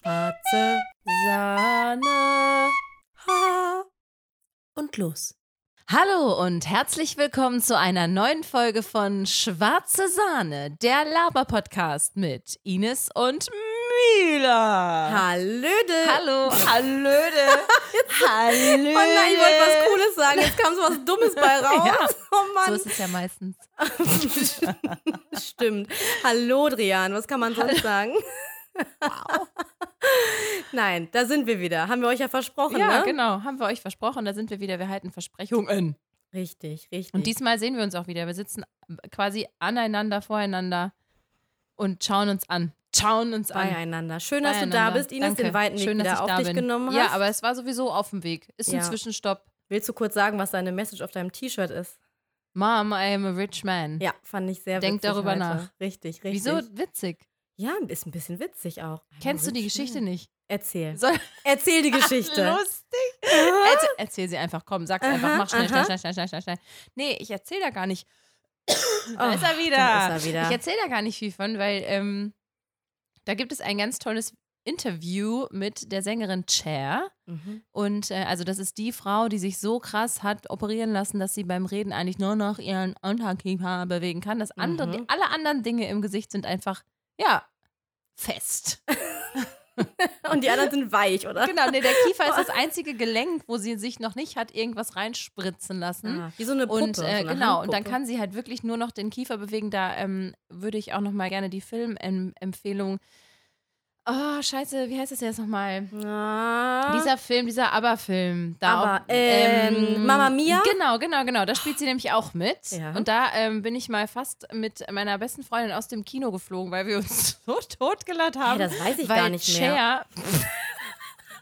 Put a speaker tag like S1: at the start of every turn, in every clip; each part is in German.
S1: Schwarze Sahne. Ha. Und los.
S2: Hallo und herzlich willkommen zu einer neuen Folge von Schwarze Sahne, der Laber-Podcast mit Ines und Mila.
S1: Hallöde.
S2: Hallo, hallöde. hallöde.
S1: Oh nein, ich wollte was Cooles sagen. Jetzt kam so was Dummes bei raus.
S2: Ja.
S1: Oh
S2: So
S1: Mann.
S2: ist es ja meistens.
S1: Stimmt. Hallo, Drian. Was kann man sonst sagen? Nein, da sind wir wieder. Haben wir euch ja versprochen,
S2: Ja,
S1: ne?
S2: genau. Haben wir euch versprochen. Da sind wir wieder. Wir halten Versprechungen.
S1: Richtig, richtig.
S2: Und diesmal sehen wir uns auch wieder. Wir sitzen quasi aneinander, voreinander und schauen uns an. Schauen uns an.
S1: beieinander. Schön, dass du da
S2: Beieinander.
S1: bist, Ines,
S2: Danke.
S1: den weiten Weg
S2: Schön, dass
S1: wieder
S2: ich
S1: auf
S2: da
S1: dich
S2: bin.
S1: genommen hast.
S2: Ja, aber es war sowieso auf dem Weg. Ist
S1: Ja.
S2: ein Zwischenstopp.
S1: Willst du kurz sagen, was deine Message auf deinem T-Shirt ist?
S2: Mom, I am a rich man.
S1: Ja, fand ich sehr
S2: Denk
S1: witzig
S2: darüber
S1: heute.
S2: nach.
S1: Richtig, richtig.
S2: Wieso witzig?
S1: Ja, ist ein bisschen witzig auch.
S2: Kennst du die Geschichte nicht?
S1: Erzähl.
S2: Soll
S1: Erzähl die Geschichte.
S2: Lustig. Erzähl, erzähl sie einfach, komm, sag's
S1: Aha,
S2: einfach, mach schnell,
S1: aha.
S2: schnell, schnell, schnell, schnell, schnell, schnell. Nee, ich erzähl da gar nicht. Da
S1: Oh,
S2: ist er wieder.
S1: da ist er wieder.
S2: Ich erzähl da gar nicht viel von, weil ähm, da gibt es ein ganz tolles Interview mit der Sängerin Cher.
S1: Mhm.
S2: Und äh, also das ist die Frau, die sich so krass hat operieren lassen, dass sie beim Reden eigentlich nur noch ihren Unterkiefer bewegen kann. Das andere,
S1: Mhm.
S2: die, alle anderen Dinge im Gesicht sind einfach, ja, fest.
S1: Und die anderen sind weich, oder?
S2: Genau, nee, der Kiefer ist das einzige Gelenk, wo sie sich noch nicht hat irgendwas reinspritzen lassen.
S1: Ah, wie so eine Puppe.
S2: Und
S1: so
S2: äh,
S1: eine
S2: genau, und dann
S1: Handpuppe.
S2: kann sie halt wirklich nur noch den Kiefer bewegen. Da ähm, würde ich auch noch mal gerne die Filmempfehlung. Oh, scheiße, wie heißt das jetzt nochmal?
S1: Ah.
S2: Dieser Film, dieser Aber-Film. da
S1: Aber,
S2: auch,
S1: ähm, Mamma Mia?
S2: Genau, genau, genau. Da spielt sie nämlich auch mit.
S1: Ja.
S2: Und da ähm, bin ich mal fast mit meiner besten Freundin aus dem Kino geflogen, weil wir uns so totgelacht haben.
S1: das weiß ich
S2: weil
S1: gar nicht mehr.
S2: Cher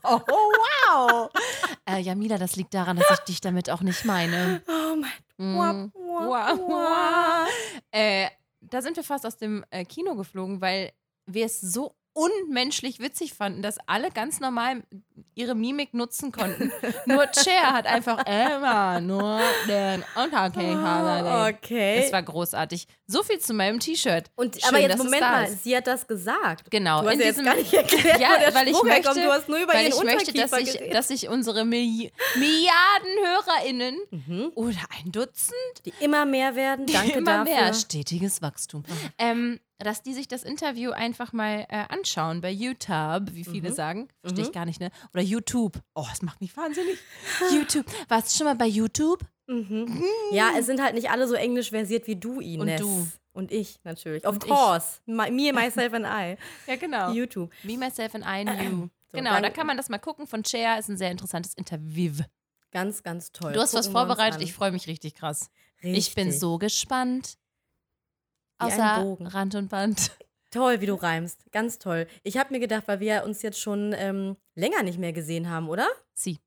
S2: Oh, wow. äh, ja, Mila, das liegt daran, dass ich dich damit auch nicht meine.
S1: oh mein.
S2: Mm.
S1: Wap,
S2: Wap,
S1: wap, wap.
S2: Äh, da sind wir fast aus dem äh, Kino geflogen, weil wir es so unmenschlich witzig fanden, dass alle ganz normal ihre Mimik nutzen konnten. nur Cher hat einfach immer nur den
S1: Ah,
S2: Unterkiefer. bewegt.
S1: Okay.
S2: Es war großartig. So viel zu meinem T-Shirt.
S1: und,
S2: Schön,
S1: aber jetzt,
S2: dass es
S1: Moment
S2: da
S1: mal,
S2: ist.
S1: sie hat das gesagt.
S2: Genau.
S1: Du hast
S2: in
S1: ja jetzt
S2: diesem,
S1: gar nicht erklärt,
S2: ja,
S1: wo der
S2: weil ich
S1: Sprung herkommt.
S2: möchte,
S1: Du hast nur über
S2: weil
S1: ihren
S2: ich möchte, dass
S1: Unterkiefer
S2: ich,
S1: geredet.
S2: dass ich unsere Milli Milliarden HörerInnen
S1: Mhm.
S2: oder ein Dutzend
S1: die immer mehr werden. Danke
S2: immer
S1: dafür. Mhm.
S2: mehr stetiges Wachstum. Ähm, dass die sich das Interview einfach mal äh, anschauen bei YouTube, wie viele
S1: Mhm.
S2: sagen. Verstehe ich gar nicht, ne? Oder YouTube. Oh, das macht mich wahnsinnig. YouTube. Warst du schon mal bei YouTube?
S1: Mhm. Ja, es sind halt nicht alle so englisch versiert wie du, Ines.
S2: Mm. du.
S1: Und ich natürlich. Of
S2: Und ich.
S1: course. Me, me, myself and I.
S2: Ja, genau.
S1: YouTube.
S2: Me, Myself and I Knew.
S1: So,
S2: genau,
S1: dann-
S2: da kann man das mal gucken. Von Cher ist ein sehr interessantes Interview.
S1: Ganz, ganz toll.
S2: Du hast was
S1: Gucken wir uns
S2: vorbereitet.
S1: an.
S2: Ich freue mich richtig krass. Ich
S1: Richtig.
S2: bin so gespannt.
S1: Wie ein
S2: Außer
S1: Bogen.
S2: Rand und Band.
S1: Toll, wie du reimst. Ganz toll. Ich habe mir gedacht, weil wir uns jetzt schon ähm, länger nicht mehr gesehen haben, oder?
S2: Sie.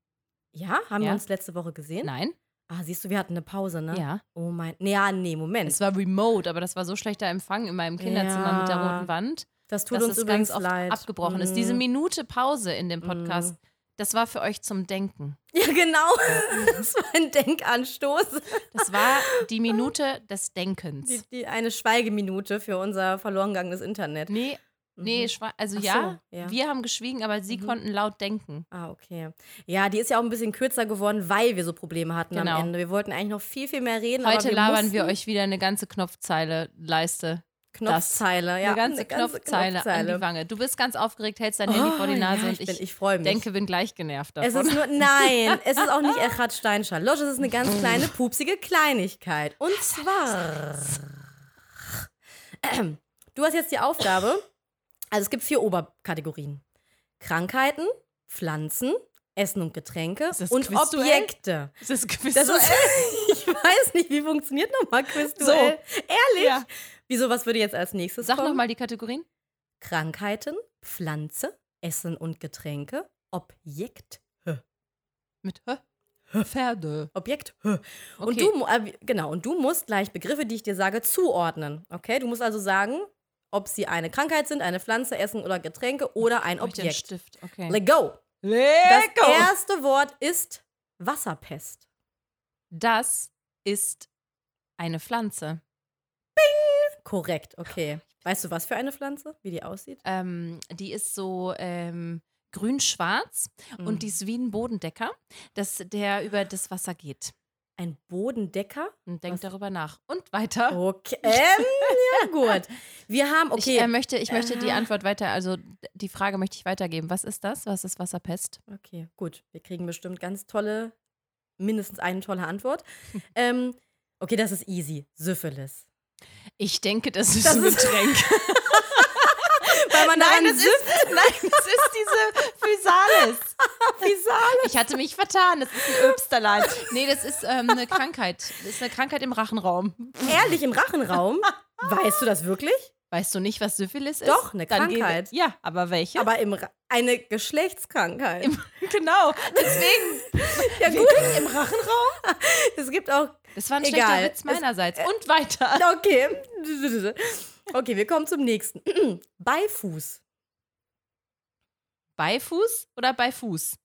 S1: Ja? Haben wir
S2: Ja.
S1: uns letzte Woche gesehen?
S2: Nein?
S1: Ah, siehst du, wir hatten eine Pause, ne?
S2: Ja.
S1: Oh mein. Nee, ja, nee, Moment.
S2: Es war remote, aber das war so schlechter Empfang in meinem Kinderzimmer mit der
S1: Ja.
S2: roten Wand.
S1: das tut
S2: dass
S1: uns
S2: es
S1: übrigens
S2: ganz oft
S1: leid. Mhm.
S2: abgebrochen
S1: Mm.
S2: ist. Diese Minute Pause in dem Podcast, das war für euch zum Denken.
S1: Ja, genau. Das war ein Denkanstoß.
S2: Das war die Minute des Denkens.
S1: Die, die, eine Schweigeminute für unser verloren gegangenes Internet.
S2: nee, nee, schwa- also
S1: Mhm. Ach
S2: ja,
S1: so, ja. Mhm.
S2: wir haben geschwiegen, aber sie konnten laut denken.
S1: Ah, okay. Ja, die ist ja auch ein bisschen kürzer geworden, weil wir so Probleme hatten
S2: Genau.
S1: am Ende. Wir wollten eigentlich noch viel, viel mehr reden.
S2: Heute
S1: aber wir
S2: labern
S1: mussten
S2: wir euch wieder eine ganze Knopfzeile, Leiste.
S1: Knopfzeile. ja,
S2: eine ganze, Knopfzeile, an die Wange. Du bist ganz aufgeregt, hältst dein Handy vor die
S1: Oh,
S2: Nase
S1: ja,
S2: und ich,
S1: bin- ich freue mich.
S2: denke, bin gleich genervt davon.
S1: es ist nur, nein, es ist auch nicht Erhard Steinschall. Losch, es ist eine ganz kleine, pupsige Kleinigkeit. Und zwar. Ahem. Du hast jetzt die Aufgabe. Also es gibt vier Oberkategorien: Krankheiten, Pflanzen, Essen und Getränke
S2: Ist das
S1: und
S2: Quizduell?
S1: Objekte.
S2: das ist gewiss
S1: Das
S2: so
S1: ist, ich weiß nicht, wie funktioniert nochmal Quizduell?
S2: So.
S1: Ehrlich?
S2: Ja.
S1: Wieso, was würde jetzt als nächstes
S2: Sag
S1: kommen?
S2: nochmal die Kategorien.
S1: Krankheiten, Pflanze, Essen und Getränke, Objekt,
S2: Mit Hö? Pferde.
S1: Objekt. hö. Und
S2: Okay.
S1: du mu- äh, genau, und du musst gleich Begriffe, die ich dir sage, zuordnen. Okay, du musst also sagen, ob sie eine Krankheit sind, eine Pflanze, Essen oder Getränke oder ein
S2: Hab ich den
S1: Objekt.
S2: Stift. Okay.
S1: Let go. Das
S2: Lego.
S1: erste Wort ist Wasserpest.
S2: Das ist eine Pflanze.
S1: Korrekt, okay. Weißt du, was für eine Pflanze? Wie die aussieht?
S2: Ähm, die ist so ähm, grün-schwarz
S1: Mhm.
S2: und die ist wie ein Bodendecker, dass der über das Wasser geht.
S1: Ein Bodendecker?
S2: Und denk
S1: Was-
S2: darüber nach. Und weiter.
S1: Okay. Ähm, ja, gut. Wir haben, Oh, okay.
S2: Ich, äh, möchte, ich möchte die
S1: Ah.
S2: Antwort weiter, also d- die Frage möchte ich weitergeben. Was ist das? Was ist Wasserpest?
S1: Okay, gut. Wir kriegen bestimmt ganz tolle, mindestens eine tolle Antwort. ähm, okay, das ist easy. Syphilis.
S2: Ich denke, das ist
S1: Das
S2: ein
S1: ist-
S2: Getränk.
S1: Weil man daran
S2: nein, das ist, nein, das ist diese Physalis.
S1: Syphilis.
S2: Ich hatte mich vertan. Das ist ein Öbsterlein. Nee, das ist ähm, eine Krankheit. Das ist eine Krankheit im Rachenraum.
S1: Ehrlich, im Rachenraum? Weißt du das wirklich?
S2: Weißt du nicht, was Syphilis ist?
S1: Doch, eine
S2: Dann geh-
S1: Krankheit.
S2: ja, aber welche?
S1: Aber im Ra eine Geschlechtskrankheit.
S2: genau. Deswegen.
S1: ja, gut. Im Rachenraum? es gibt auch.
S2: Das war ein
S1: Egal. äh,
S2: schlechter Witz meinerseits. Und weiter.
S1: Okay. Okay, wir kommen zum nächsten. Beifuß.
S2: Beifuß oder bei Fuß?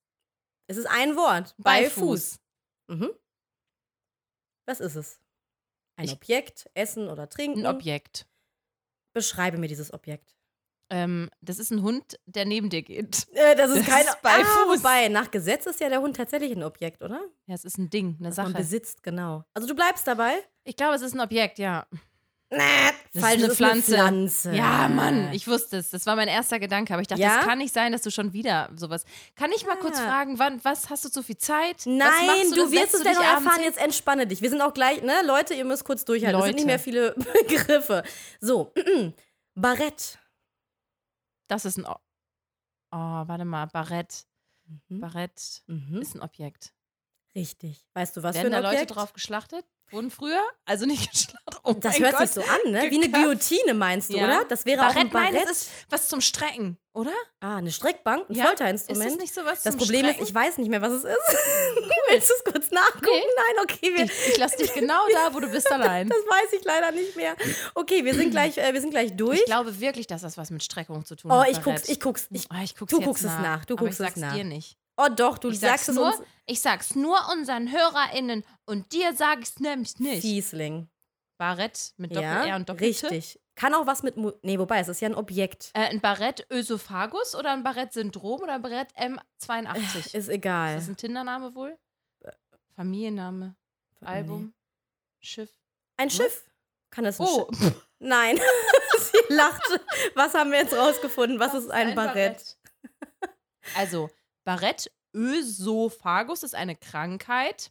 S1: Es ist ein Wort.
S2: Bei
S1: Beifuß.
S2: Fuß.
S1: Mhm. Was ist es? Ein
S2: Ich-
S1: Objekt, Essen oder Trinken.
S2: Ein Objekt.
S1: Beschreibe mir dieses Objekt.
S2: Ähm, das ist ein Hund, der neben dir geht.
S1: Äh, das
S2: Das
S1: ist kein
S2: ist bei
S1: ah,
S2: Fuß.
S1: Wobei, nach Gesetz ist ja der Hund tatsächlich ein Objekt, oder?
S2: Ja, es ist ein Ding, eine
S1: Was man
S2: Sache.
S1: besitzt, genau. Also du bleibst dabei.
S2: Ich glaube, es ist ein Objekt, ja. Das
S1: Falsch,
S2: ist eine
S1: es
S2: Pflanze.
S1: Pflanze.
S2: Ja, Mann, ich wusste es. Das war mein erster Gedanke. Aber ich dachte,
S1: Äh. Ja?
S2: das kann nicht sein, dass du schon wieder sowas. Kann ich mal kurz
S1: Ah.
S2: fragen, wann, was hast du zu viel Zeit? was
S1: Nein,
S2: machst
S1: du,
S2: das?
S1: wirst
S2: Setzt
S1: es ja
S2: dich
S1: noch
S2: abends
S1: erfahren.
S2: hin?
S1: Jetzt entspanne dich. Wir sind auch gleich, ne? Leute, ihr müsst kurz durchhalten. Es sind nicht
S2: Leute.
S1: mehr viele Begriffe. So, Barett.
S2: Das ist ein. O oh, warte mal. Barett.
S1: Hm?
S2: Barett
S1: Mhm.
S2: ist ein Objekt.
S1: Richtig. Weißt du, was
S2: Werden
S1: für
S2: da
S1: ein
S2: Leute
S1: Objekt?
S2: drauf geschlachtet? Wurden früher? Also nicht geschlachtet. Oh
S1: das
S2: mein
S1: hört
S2: Gott.
S1: sich so an, ne? Wie eine
S2: Geköpft.
S1: Guillotine meinst du,
S2: Ja.
S1: oder? Das wäre auch ein
S2: Barett,
S1: Barett.
S2: nein, das ist was zum Strecken, oder?
S1: ah, eine Streckbank, ein
S2: Ja, Ist
S1: Folterinstrument.
S2: das nicht sowas
S1: Das
S2: zum
S1: Problem
S2: Strecken?
S1: ist, ich weiß nicht mehr, was es ist. Willst du es kurz nachgucken?
S2: Nee.
S1: Nein, okay, wir,
S2: Ich, ich lasse dich genau da, wo du bist, allein.
S1: das weiß ich leider nicht mehr. Okay, wir sind gleich, äh, wir sind gleich durch.
S2: Ich glaube wirklich, dass das was mit Streckung zu tun
S1: oh,
S2: hat.
S1: ich guck's,
S2: Barett.
S1: ich guck's. Ich,
S2: oh, ich guck's
S1: du
S2: jetzt
S1: guckst es
S2: nach.
S1: nach, du
S2: aber
S1: guckst
S2: ich
S1: es
S2: sag's
S1: nach.
S2: dir nicht.
S1: oh doch, du
S2: Ich
S1: sagst
S2: sag's,
S1: es
S2: nur,
S1: uns.
S2: ich sag's nur unseren HörerInnen und dir sag ich's nämlich nicht.
S1: Fiesling.
S2: Barett mit
S1: Ja,
S2: Doppel-R und doppel
S1: richtig. Kann auch was mit, Mu nee, wobei, es ist ja ein Objekt.
S2: Äh, ein Barett Ösophagus oder ein Barett Syndrom oder ein Barett M82? Ist
S1: Ist egal.
S2: das ein Tindername wohl?
S1: Äh,
S2: Familienname, Album, Schiff.
S1: Ein Schiff. Kann das ein
S2: Oh,
S1: Schiff? Nein. Sie lachte. Was haben wir jetzt rausgefunden? Was ist ein, Barett?
S2: Barett. Also, Barett Ösophagus ist eine Krankheit.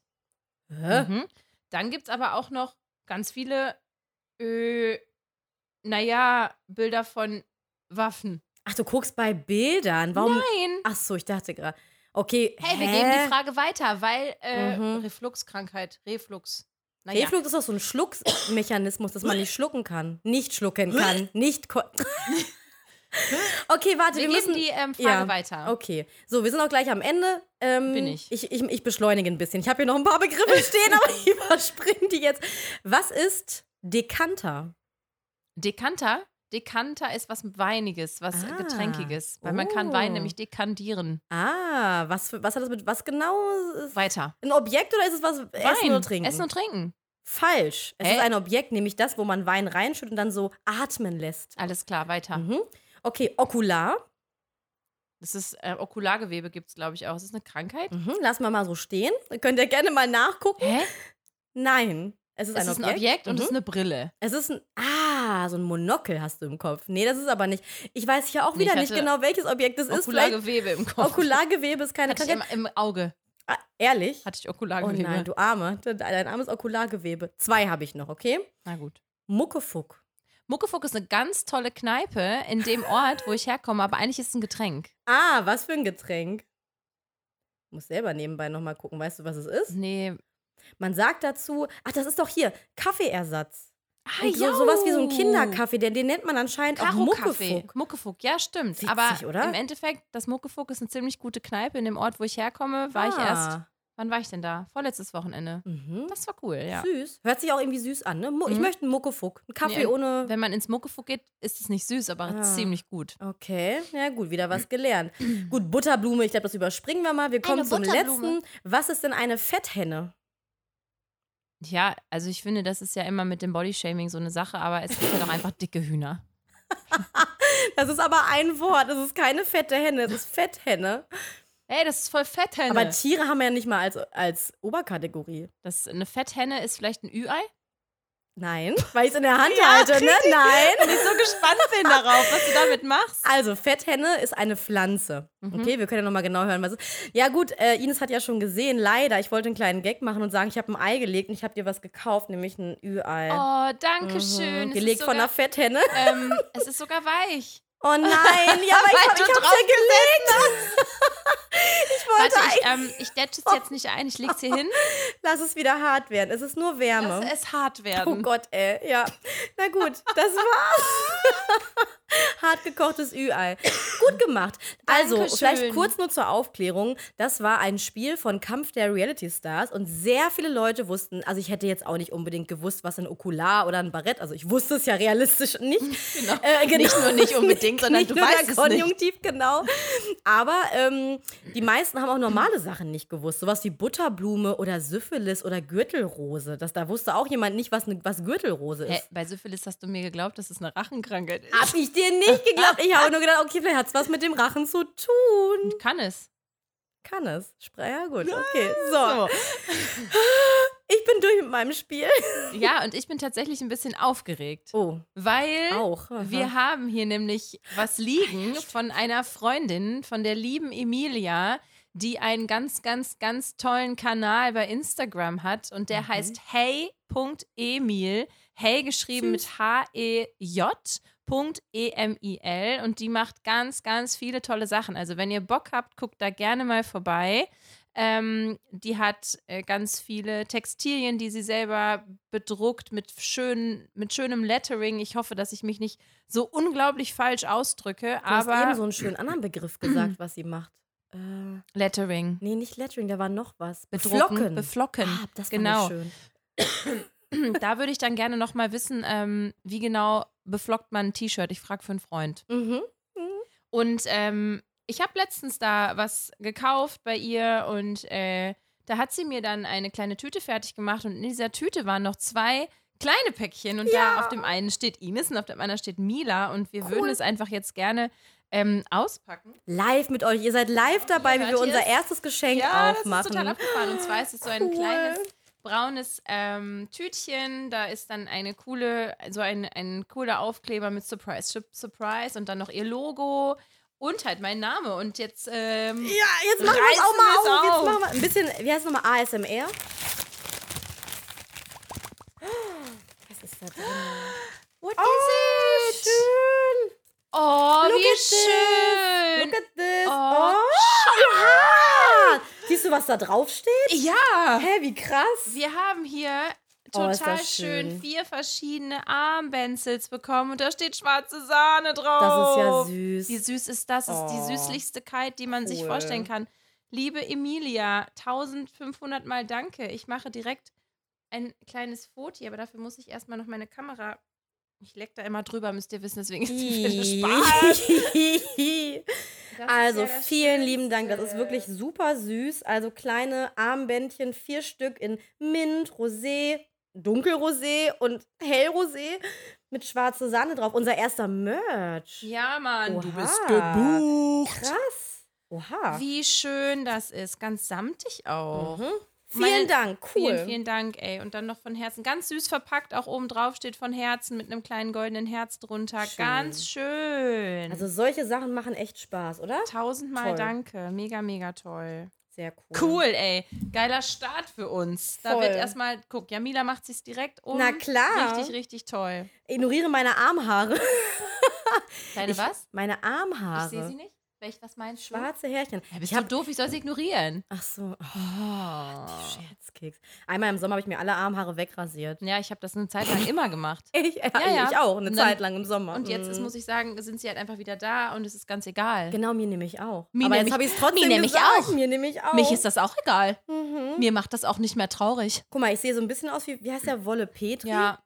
S1: Hä?
S2: Mhm. Dann gibt es aber auch noch ganz viele, äh, naja, Bilder von Waffen.
S1: Ach, du guckst bei Bildern. Warum?
S2: Nein!
S1: Ach so, ich dachte gerade. Okay.
S2: Hey, wir
S1: hä?
S2: geben die Frage weiter, weil äh,
S1: Mhm.
S2: Refluxkrankheit, Reflux. Naja.
S1: Reflux ist doch so ein Schlucksmechanismus, dass man nicht schlucken kann, nicht schlucken kann, nicht. ko- okay, warte,
S2: wir
S1: wir,
S2: geben
S1: müssen.
S2: die ähm, Frage
S1: ja.
S2: weiter.
S1: okay, so, wir sind auch gleich am Ende. Ähm,
S2: Bin ich.
S1: Ich, ich. Ich beschleunige ein bisschen. Ich habe hier noch ein paar Begriffe stehen, aber ich überspringe die jetzt. Was ist Dekanter?
S2: Dekanter? Dekanter ist was Weiniges, was
S1: Ah.
S2: Getränkiges. Weil man kann
S1: Oh.
S2: Wein nämlich dekandieren.
S1: Ah, was, für, was hat das mit. Was genau? Ist,
S2: Weiter.
S1: ein Objekt oder ist es was? Essen
S2: Wein.
S1: oder Trinken?
S2: Essen und Trinken.
S1: Falsch. Es
S2: Hä?
S1: ist ein Objekt, nämlich das, wo man Wein reinschüttet und dann so atmen lässt.
S2: Alles klar, weiter.
S1: Mhm. Okay, Okular.
S2: Das ist äh, Okulargewebe gibt es, glaube ich, auch. Ist das eine Krankheit?
S1: Mhm, lassen wir mal so stehen. Könnt ihr gerne mal nachgucken.
S2: Hä?
S1: Nein. Es ist,
S2: Es
S1: ein,
S2: ist
S1: Objekt.
S2: ein Objekt und
S1: mhm.
S2: es ist eine Brille.
S1: es ist ein. Ah, so ein Monokel hast du im Kopf. Nee, das ist aber nicht. Ich weiß ja auch
S2: Nee,
S1: wieder
S2: ich
S1: nicht
S2: hatte
S1: genau, welches Objekt es ist. Vielleicht
S2: Okulargewebe im Kopf.
S1: Okulargewebe ist keine
S2: hatte ich im,
S1: Krankheit.
S2: im Auge.
S1: Ah, ehrlich?
S2: Hatte ich
S1: Oh
S2: Okulargewebe.
S1: nein, du Arme. Dein dein armes Okulargewebe. Zwei habe ich noch, okay?
S2: Na gut.
S1: Muckefuck.
S2: Muckefuck ist eine ganz tolle Kneipe in dem Ort, wo ich herkomme, aber eigentlich ist es ein Getränk.
S1: Ah, was für ein Getränk. Muss selber nebenbei nochmal gucken. Weißt du, was es ist?
S2: Nee.
S1: Man sagt dazu, ach, das ist doch hier, Kaffeeersatz.
S2: Ah,
S1: Und so,
S2: jau.
S1: sowas wie so ein Kinderkaffee, den, den nennt man anscheinend auch
S2: Karo-Kaffee.
S1: Muckefuck.
S2: Muckefuck, ja, stimmt.
S1: Witzig,
S2: aber
S1: oder?
S2: im Endeffekt, das Muckefuck ist eine ziemlich gute Kneipe in dem Ort, wo ich herkomme. War ich erst.
S1: Ah,
S2: Wann war ich denn da? Vorletztes Wochenende.
S1: Mhm.
S2: Das war cool, ja.
S1: Süß. Hört sich auch irgendwie süß an, ne? Mu Ich
S2: Mhm.
S1: möchte einen Muckefuck. Einen Kaffee
S2: Nee,
S1: ohne.
S2: Wenn man ins Muckefuck geht, ist es nicht süß, aber
S1: Ah.
S2: ziemlich gut.
S1: Okay, ja gut, wieder was gelernt. gut, Butterblume, ich glaube, das überspringen wir mal. Wir kommen
S2: Eine
S1: zum
S2: Butterblume.
S1: letzten. Was ist denn eine Fetthenne?
S2: Ja, also ich finde, das ist ja immer mit dem Bodyshaming so eine Sache, aber es gibt ja doch einfach dicke Hühner.
S1: Das ist aber ein Wort. Das ist keine fette Henne, das ist Fetthenne.
S2: Ey, das ist voll Fetthenne.
S1: Aber Tiere haben wir ja nicht mal als, als Oberkategorie.
S2: das, eine Fetthenne ist vielleicht ein Ü-Ei?
S1: Nein, weil ich es in der Hand halte, ne? Nein.
S2: Wenn ich so gespannt bin darauf, was du damit machst.
S1: Also, Fetthenne ist eine Pflanze.
S2: Mhm.
S1: Okay, wir können ja nochmal genau hören, was es ist. Ja, gut, äh, Ines hat ja schon gesehen, leider. Ich wollte einen kleinen Gag machen und sagen, ich habe ein Ei gelegt und ich habe dir was gekauft, nämlich ein Ü-Ei.
S2: Oh, danke schön. Es
S1: Mhm. gelegt
S2: ist
S1: von einer
S2: sogar,
S1: Fetthenne.
S2: ähm, Es ist sogar weich.
S1: Oh nein, ja, aber ich, hab-
S2: du
S1: ich hab's
S2: drauf
S1: ja gelegt. ich
S2: Warte,
S1: wollte
S2: ich,
S1: eigentlich,
S2: ähm, ich dätsche es jetzt nicht ein. Ich leg's hier hin.
S1: lass es wieder hart werden. Es ist nur Wärme.
S2: Lass es hart
S1: Oh
S2: werden.
S1: Gott, ey, ja. Na gut, das war's. Hart gekochtes Ü-Ei. Gut gemacht. Also,
S2: Dankeschön.
S1: vielleicht kurz nur zur Aufklärung. Das war ein Spiel von Kampf der Reality Stars und sehr viele Leute wussten, also ich hätte jetzt auch nicht unbedingt gewusst, was ein Okular oder ein Barett, also ich wusste es ja realistisch nicht.
S2: Genau.
S1: Äh, genau.
S2: Nicht nur nicht unbedingt, sondern
S1: nicht
S2: du
S1: nur
S2: weißt es
S1: der
S2: nicht.
S1: Konjunktiv, genau. Aber ähm, die meisten haben auch normale Sachen nicht gewusst. Sowas wie Butterblume oder Syphilis oder Gürtelrose. Das, da wusste auch jemand nicht, was, ne, was Gürtelrose ist.
S2: Hä, bei Syphilis hast du mir geglaubt, dass es eine Rachenkrankheit ist.
S1: Hab ich dir nicht geglaubt. Ich habe nur gedacht, okay, vielleicht hat es was mit dem Rachen zu tun.
S2: Kann es.
S1: Kann es. Spre- Ja, gut, okay.
S2: Ah,
S1: So, ich bin durch mit meinem Spiel.
S2: Ja, und ich bin tatsächlich ein bisschen aufgeregt,
S1: Oh,
S2: weil
S1: auch. aha.
S2: wir haben hier nämlich was liegen von einer Freundin, von der lieben Emilia, die einen ganz, ganz, ganz tollen Kanal bei Instagram hat und der
S1: Mhm.
S2: heißt hey.emil. Hey geschrieben mit H-E-J. Punkt E-M-I-L und die macht ganz, ganz viele tolle Sachen. Also, wenn ihr Bock habt, guckt da gerne mal vorbei. Ähm, die hat äh, ganz viele Textilien, die sie selber bedruckt mit, schön, mit schönem Lettering. Ich hoffe, dass ich mich nicht so unglaublich falsch ausdrücke,
S1: du hast
S2: aber
S1: eben so einen schönen anderen Begriff gesagt, was sie macht. Äh,
S2: Lettering.
S1: nee, nicht Lettering, da war noch was.
S2: Bedrucken,
S1: Flocken.
S2: beflocken.
S1: Ah, das fand
S2: Genau.
S1: ich schön.
S2: da würde ich dann gerne nochmal wissen, ähm, wie genau beflockt man ein T-Shirt. Ich frage für einen Freund.
S1: Mhm.
S2: Und ähm, ich habe letztens da was gekauft bei ihr und äh, da hat sie mir dann eine kleine Tüte fertig gemacht und in dieser Tüte waren noch zwei kleine Päckchen und da auf dem einen steht Ines und auf dem anderen steht Mila und wir würden es einfach jetzt gerne ähm, auspacken.
S1: live mit euch. Ihr seid live
S2: Ja,
S1: dabei, wie wir
S2: hört ihr
S1: unser
S2: es?
S1: erstes Geschenk
S2: Ja, das ist total
S1: aufmachen.
S2: abgefahren. Und zwar ist es so ein
S1: Cool.
S2: kleines braunes ähm, Tütchen. Da ist dann eine coole, so ein, ein cooler Aufkleber mit Surprise, Ship Surprise und dann noch ihr Logo und halt mein Name. Und jetzt ähm,
S1: Ja, jetzt machen wir es auch mal
S2: Reißen wir's
S1: auf. Jetzt
S2: auf.
S1: machen wir ein bisschen, wie heißt es nochmal? ASMR? Was ist da drin? Oh,
S2: What is it?
S1: schön.
S2: Oh,
S1: Look
S2: wie
S1: at this.
S2: schön.
S1: Look at this.
S2: Oh.
S1: Oh. Ja. Siehst du, was da draufsteht?
S2: Ja.
S1: Hä, wie krass.
S2: Wir haben hier
S1: Oh, ist
S2: total
S1: das
S2: schön.
S1: schön.
S2: vier verschiedene Armbenzels bekommen und da steht schwarze Sahne
S1: Das ist ja
S2: drauf.
S1: süß.
S2: Wie süß ist das? Das ist
S1: Oh,
S2: die süßlichste Kite, die man sich
S1: cool.
S2: vorstellen kann. Liebe Emilia, 1500 Mal danke. Ich mache direkt ein kleines Foti, aber dafür muss ich erstmal noch meine Kamera. Ich leck da immer drüber, müsst ihr wissen, deswegen ist die Fläche Spaß. Das ist
S1: Also
S2: ja das
S1: vielen lieben Dank, das ist
S2: Schönste.
S1: wirklich super süß. Also kleine Armbändchen, vier Stück in Mint, Rosé, Dunkelrosé und Hellrosé mit schwarzer Sahne drauf. Unser erster Merch.
S2: Ja, Mann, du bist
S1: Oha.
S2: gebucht.
S1: Krass. Oha.
S2: Wie schön das ist. Ganz samtig auch.
S1: Mhm. Vielen
S2: Meine-
S1: Dank, cool.
S2: Vielen, vielen Dank, ey. Und dann noch von Herzen. Ganz süß verpackt, auch oben drauf steht von Herzen mit einem kleinen goldenen Herz drunter.
S1: Schön.
S2: Ganz schön.
S1: Also solche Sachen machen echt Spaß, oder?
S2: Tausendmal
S1: Toll.
S2: danke. Mega, mega toll.
S1: Sehr cool.
S2: Cool, ey. Geiler Start für uns. Da
S1: Voll.
S2: wird erstmal, guck, Jamila macht sich's direkt um.
S1: Na klar.
S2: Richtig, richtig toll.
S1: Ignoriere meine Armhaare.
S2: Deine
S1: Ich-
S2: was?
S1: Meine
S2: Ich sehe
S1: Armhaare.
S2: sie nicht. Welch, was meinst du?
S1: Schwarze Härchen.
S2: Ja, bist
S1: ich
S2: du
S1: hab,
S2: doof, ich soll sie ignorieren.
S1: ach so, ach,
S2: Oh.
S1: Scherzkeks. Einmal im Sommer habe ich mir alle Armhaare wegrasiert.
S2: Ja, ich habe das eine Zeit lang immer gemacht.
S1: Ich, ja,
S2: ja.
S1: ich auch, eine
S2: Und dann-
S1: Zeit lang im Sommer.
S2: Und jetzt ist,
S1: Mhm.
S2: muss ich sagen, sind sie halt einfach wieder da und es ist ganz egal.
S1: Genau, mir nehme ich auch.
S2: Mir nehm
S1: Aber jetzt
S2: ich-
S1: habe ich es trotzdem
S2: mir nehm ich
S1: gesagt.
S2: auch.
S1: Mir nehme ich auch.
S2: Mich ist das auch egal.
S1: mhm.
S2: Mir macht das auch nicht mehr traurig.
S1: Guck mal, ich sehe so ein bisschen aus wie, wie heißt der, Wolle Petri?
S2: Ja.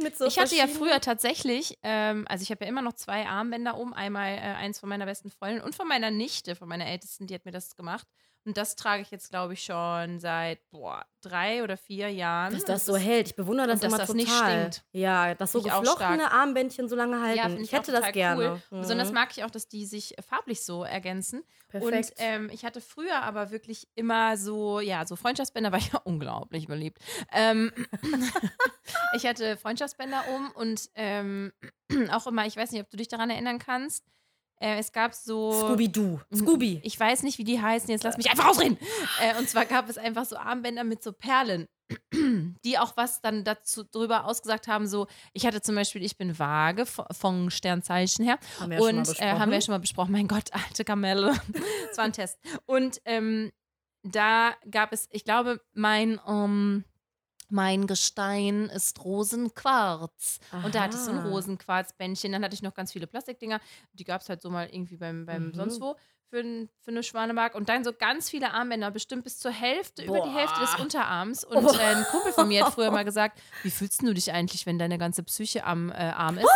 S1: Mit so
S2: ich hatte ja
S1: verschiedenen-
S2: früher tatsächlich, ähm, also ich habe ja immer noch zwei Armbänder oben, einmal äh, eins von meiner besten Freundin und von meiner Nichte, von meiner Ältesten, die hat mir das gemacht. Und das trage ich jetzt, glaube ich, schon seit boah, drei oder vier Jahren.
S1: Dass
S2: Und
S1: das so hält. Ich bewundere das
S2: und dass
S1: immer
S2: das
S1: total.
S2: nicht stinkt.
S1: Ja, dass so
S2: Finde ich auch
S1: geflochtene
S2: stark.
S1: Armbändchen so lange halten.
S2: Ja, finde
S1: ich
S2: auch
S1: hätte das
S2: total
S1: gerne.
S2: Cool. Besonders
S1: Mhm.
S2: mag ich auch, dass die sich farblich so ergänzen.
S1: Perfekt.
S2: Und ähm, ich hatte früher aber wirklich immer so, ja, so Freundschaftsbänder war ich ja unglaublich beliebt. Ähm, ich hatte Freundschaftsbänder um und ähm, auch immer, ich weiß nicht, ob du dich daran erinnern kannst, äh, es gab so.
S1: Scooby-Doo.
S2: Mhm.
S1: Scooby.
S2: Ich weiß nicht, wie die heißen, jetzt lass mich einfach ausreden. Äh, und zwar gab es einfach so Armbänder mit so Perlen, die auch was dann dazu drüber ausgesagt haben. So, ich hatte zum Beispiel, ich bin vage vo- vom Sternzeichen her.
S1: Haben wir ja schon mal
S2: und äh, haben wir
S1: besprochen.
S2: schon mal besprochen. Mein Gott, alte Kamelle. das war ein Test. Und ähm, da gab es, ich glaube, mein. ähm, mein Gestein ist Rosenquarz. Und da hatte ich so ein
S1: Aha.
S2: Rosenquarzbändchen. Dann hatte ich noch ganz viele Plastikdinger. Die gab es halt so mal irgendwie beim, beim
S1: Mhm.
S2: sonst wo für, n- für eine Schwanemark. Und dann so ganz viele Armbänder, bestimmt bis zur Hälfte, über die
S1: Boah.
S2: Hälfte des Unterarms. Und äh, ein Kumpel von mir hat früher mal gesagt, wie fühlst du dich eigentlich, wenn deine ganze Psyche am äh, Arm ist?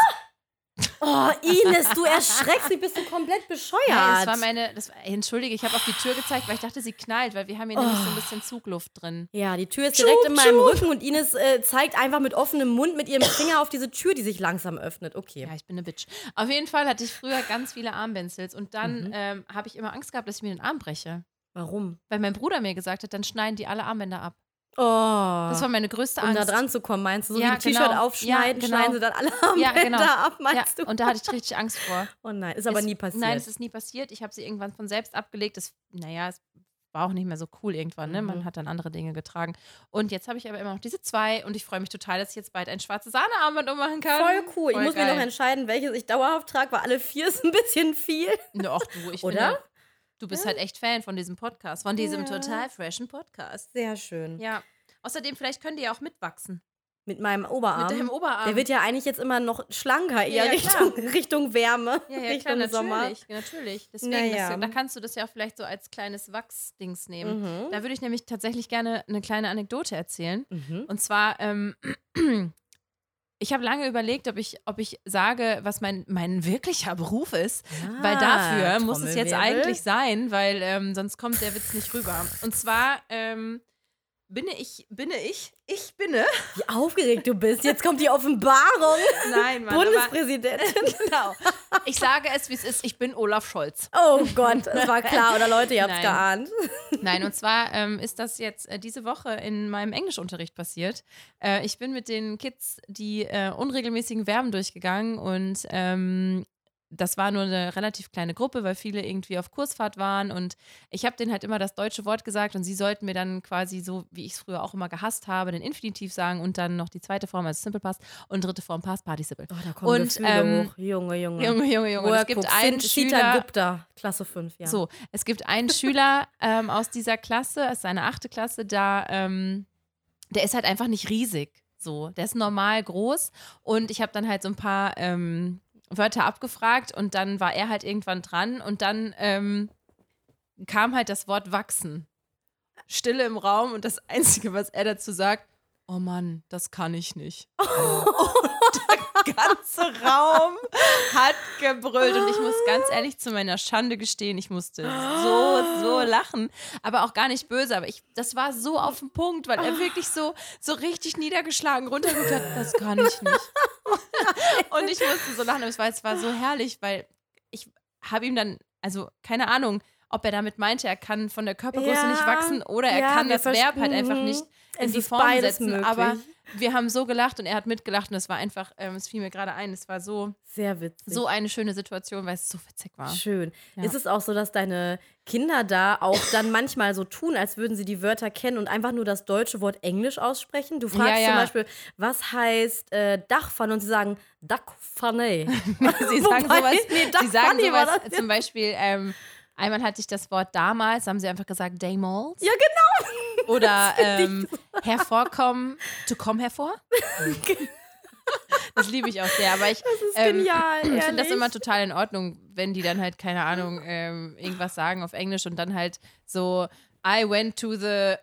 S1: Oh, Ines, du erschreckst mich, bist du komplett bescheuert.
S2: Nein, das war meine, das war, entschuldige, ich habe auf die Tür gezeigt, weil ich dachte, sie knallt, weil wir haben hier nämlich
S1: Oh.
S2: so ein bisschen Zugluft drin.
S1: ja, die Tür ist direkt in meinem Rücken und Ines äh, zeigt einfach mit offenem Mund mit ihrem Finger auf diese Tür, die sich langsam öffnet. Okay.
S2: Ja, ich bin eine Bitch. Auf jeden Fall hatte ich früher ganz viele Armbenzels und dann
S1: Mhm.
S2: ähm, habe ich immer Angst gehabt, dass ich mir den Arm breche.
S1: Warum?
S2: Weil mein Bruder mir gesagt hat, dann schneiden die alle Armbänder ab.
S1: Oh.
S2: Das war meine größte
S1: um
S2: Angst.
S1: da dran zu kommen, meinst du? So
S2: Ja,
S1: wie ein T-Shirt
S2: genau.
S1: aufschneiden,
S2: Ja, genau.
S1: schneiden sie dann alle Armbänder
S2: genau.
S1: ab,
S2: ja,
S1: meinst du?
S2: und da hatte ich richtig Angst vor.
S1: oh nein, ist aber
S2: Es-
S1: nie passiert.
S2: Nein, es ist nie passiert. Ich habe sie irgendwann von selbst abgelegt. Es, naja, es war auch nicht mehr so cool irgendwann. Ne? Man
S1: Mhm.
S2: hat dann andere Dinge getragen. Und jetzt habe ich aber immer noch diese zwei und ich freue mich total, dass ich jetzt bald ein schwarzes Sahnearmband ummachen kann.
S1: Voll cool. ich muss mir
S2: geil.
S1: noch entscheiden, welches ich dauerhaft trage, weil alle vier ist ein bisschen viel.
S2: Ne, ach du, ich
S1: Oder?
S2: Finde, du bist halt echt Fan von diesem Podcast, von diesem
S1: Ja.
S2: total freshen Podcast.
S1: Sehr schön.
S2: Ja. Außerdem, vielleicht können die ja auch mitwachsen.
S1: Mit meinem Oberarm.
S2: Mit deinem Oberarm.
S1: Ähm, Der wird ja eigentlich jetzt immer noch schlanker,
S2: Ja,
S1: eher
S2: ja, klar.
S1: Richtung, Richtung Wärme,
S2: ja, ja, klar,
S1: Richtung Sommer.
S2: natürlich, natürlich. Deswegen,
S1: Naja.
S2: das, da kannst du das ja auch vielleicht so als kleines Wachsdings nehmen.
S1: Mhm.
S2: Da würde ich nämlich tatsächlich gerne eine kleine Anekdote erzählen.
S1: Mhm.
S2: Und zwar, ähm, ich habe lange überlegt, ob ich, ob ich sage, was mein, mein wirklicher Beruf ist, weil
S1: Ah,
S2: dafür muss es jetzt
S1: Trommelwirbel.
S2: eigentlich sein, weil ähm, sonst kommt der Witz nicht rüber. Und zwar ähm, binne ich, binne ich, ich binne.
S1: Wie aufgeregt du bist. Jetzt kommt die Offenbarung.
S2: Nein, Mann, aber,
S1: Bundespräsidentin.
S2: genau. Ich sage es, wie es ist, ich bin Olaf Scholz.
S1: Oh Gott, es war klar. Oder Leute, ihr habt's
S2: Nein.
S1: geahnt.
S2: Nein, und zwar ähm, ist das jetzt äh, diese Woche in meinem Englischunterricht passiert. Äh, ich bin mit den Kids die äh, unregelmäßigen Verben durchgegangen und ähm, das war nur eine relativ kleine Gruppe, weil viele irgendwie auf Kursfahrt waren und ich habe denen halt immer das deutsche Wort gesagt und sie sollten mir dann quasi so, wie ich es früher auch immer gehasst habe, den Infinitiv sagen und dann noch die zweite Form als Simple Past und dritte Form Past Participle.
S1: Oh, da kommen
S2: Und,
S1: Gefühle
S2: ähm,
S1: hoch. Junge, Junge.
S2: Junge, Junge, Junge, und es gibt
S1: Workbook.
S2: einen
S1: Sita
S2: Schüler,
S1: Gupta, Klasse 5, ja.
S2: so, es gibt einen Schüler ähm, aus dieser Klasse, es ist seine achte Klasse, da, ähm, der ist halt einfach nicht riesig. So, der ist normal groß und ich habe dann halt so ein paar ähm, Wörter abgefragt und dann war er halt irgendwann dran und dann ähm, kam halt das Wort wachsen. Stille im Raum und das Einzige, was er dazu sagt, oh Mann, das kann ich nicht. Der ganze Raum hat gebrüllt und ich muss ganz ehrlich zu meiner Schande gestehen, ich musste so, so lachen, aber auch gar nicht böse, aber ich, das war so auf den Punkt, weil er wirklich so, so richtig niedergeschlagen runtergeguckt hat, das kann ich nicht. Und ich musste so lachen, aber es war, es war so herrlich, weil ich habe ihm dann, also keine Ahnung, ob er damit meinte, er kann von der Körpergröße
S1: Ja,
S2: nicht wachsen oder er
S1: ja,
S2: kann
S1: wir
S2: das Verb halt
S1: verstehen.
S2: einfach nicht in
S1: Es
S2: die
S1: ist
S2: Form
S1: beides
S2: setzen,
S1: möglich.
S2: aber wir haben so gelacht und er hat mitgelacht und es war einfach, ähm, es fiel mir gerade ein, es war so,
S1: Sehr witzig.
S2: so eine schöne Situation, weil es so witzig war.
S1: Schön.
S2: Ja.
S1: Ist es auch so, dass deine Kinder da auch dann manchmal so tun, als würden sie die Wörter kennen und einfach nur das deutsche Wort Englisch aussprechen? Du fragst
S2: Ja, ja.
S1: zum Beispiel, was heißt äh, Dachpfanne und sie sagen Dachpfanne.
S2: Sie sagen
S1: Wobei,
S2: sowas,
S1: nee, das
S2: sie sagen
S1: funny war
S2: sowas
S1: das
S2: zum Beispiel, ähm, einmal hatte ich das Wort damals, haben sie einfach gesagt, Daymals.
S1: Ja,
S2: genau. Oder ähm, hervorkommen, to come hervor. Das liebe ich auch sehr, aber ich,
S1: Das ist
S2: ähm,
S1: genial.
S2: Ich finde das
S1: ehrlich.
S2: immer total in Ordnung, wenn die dann halt, keine Ahnung, ähm, irgendwas sagen auf Englisch und dann halt so, I went to the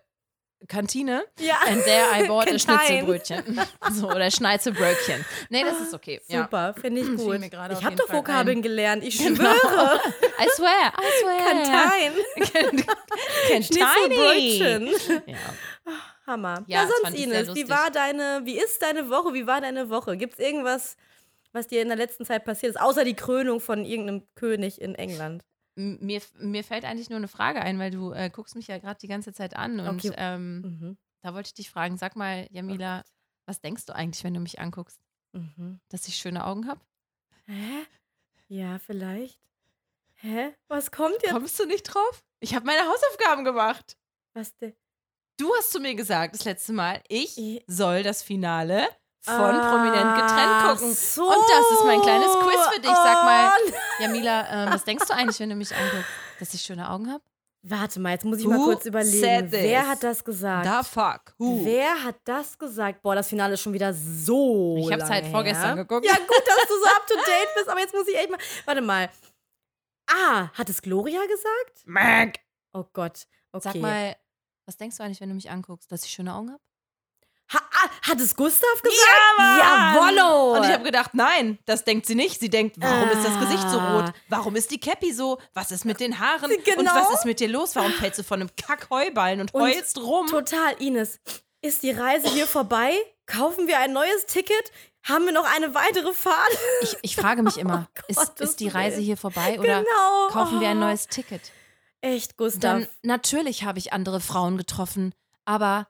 S2: Kantine.
S1: Ja.
S2: And there I bought a
S1: Kantein.
S2: Schnitzelbrötchen. So, oder Schnitzelbrötchen. Nee, das ist okay. Ja.
S1: Super, finde ich
S2: Fiel
S1: gut.
S2: mir gerade auf
S1: ich habe
S2: jeden
S1: doch
S2: Fall
S1: Vokabeln gelernt, ich
S2: Genau.
S1: schwöre.
S2: I swear, I swear.
S1: Kantein.
S2: Kantine.
S1: Schnitzelbrötchen.
S2: Ja.
S1: Hammer.
S2: Ja,
S1: Ja,
S2: das fand
S1: sonst
S2: ich sehr
S1: Ines, wie
S2: lustig.
S1: war deine, wie ist deine Woche, wie war deine Woche? Gibt's irgendwas, was dir in der letzten Zeit passiert ist, außer die Krönung von irgendeinem König in England?
S2: M- Mir, mir fällt eigentlich nur eine Frage ein, weil du äh, guckst mich ja gerade die ganze Zeit an. Und
S1: Okay.
S2: ähm,
S1: Mhm. Oh
S2: da wollte ich dich fragen, sag mal, Jamila, was denkst du eigentlich, wenn du mich anguckst?
S1: Mhm.
S2: Dass ich schöne Augen habe?
S1: Hä? Ja, vielleicht. Hä? Was kommt jetzt?
S2: Kommst du nicht drauf? Ich habe meine Hausaufgaben gemacht.
S1: Was de
S2: Du hast zu mir gesagt das letzte Mal, ich
S1: I-
S2: soll das Finale von
S1: Ah,
S2: Prominent getrennt gucken.
S1: So.
S2: Und das ist mein kleines Quiz für dich. Sag mal,
S1: Oh,
S2: Jamila, ähm, was denkst du eigentlich, wenn du mich anguckst? Dass ich schöne Augen habe?
S1: Warte mal, jetzt muss ich
S2: Who
S1: mal kurz
S2: said
S1: überlegen.
S2: this?
S1: Wer hat das gesagt?
S2: fuck.
S1: Wer hat das gesagt? Boah, das Finale ist schon wieder so.
S2: Ich hab's
S1: lange
S2: halt vorgestern
S1: her.
S2: geguckt.
S1: Ja, gut, dass du so up to date bist, aber jetzt muss ich echt mal. Warte mal. Ah, hat es Gloria gesagt?
S2: Mac.
S1: Oh Gott. Okay.
S2: Sag mal, was denkst du eigentlich, wenn du mich anguckst? Dass ich schöne Augen habe?
S1: Ha, ah, hat es Gustav gesagt? Jawollo!
S2: Und ich habe gedacht, nein, das denkt sie nicht. Sie denkt, warum ist das
S1: Ah.
S2: Gesicht so rot? Warum ist die Cappy so? Was ist mit den Haaren? Und
S1: Genau.
S2: was ist mit dir los? Warum fällst du von einem Kackheuballen und
S1: Und
S2: heulst rum?
S1: Total, Ines. Ist die Reise hier vorbei? Kaufen wir ein neues Ticket? Haben wir noch eine weitere Fahrt?
S2: Ich, ich frage mich immer,
S1: Oh,
S2: ist,
S1: Gottes
S2: ist die Reise
S1: Willen.
S2: hier vorbei oder
S1: genau.
S2: kaufen wir ein
S1: Oh,
S2: neues Ticket?
S1: Echt,
S2: Dann
S1: Gustav.
S2: natürlich habe ich andere Frauen getroffen, aber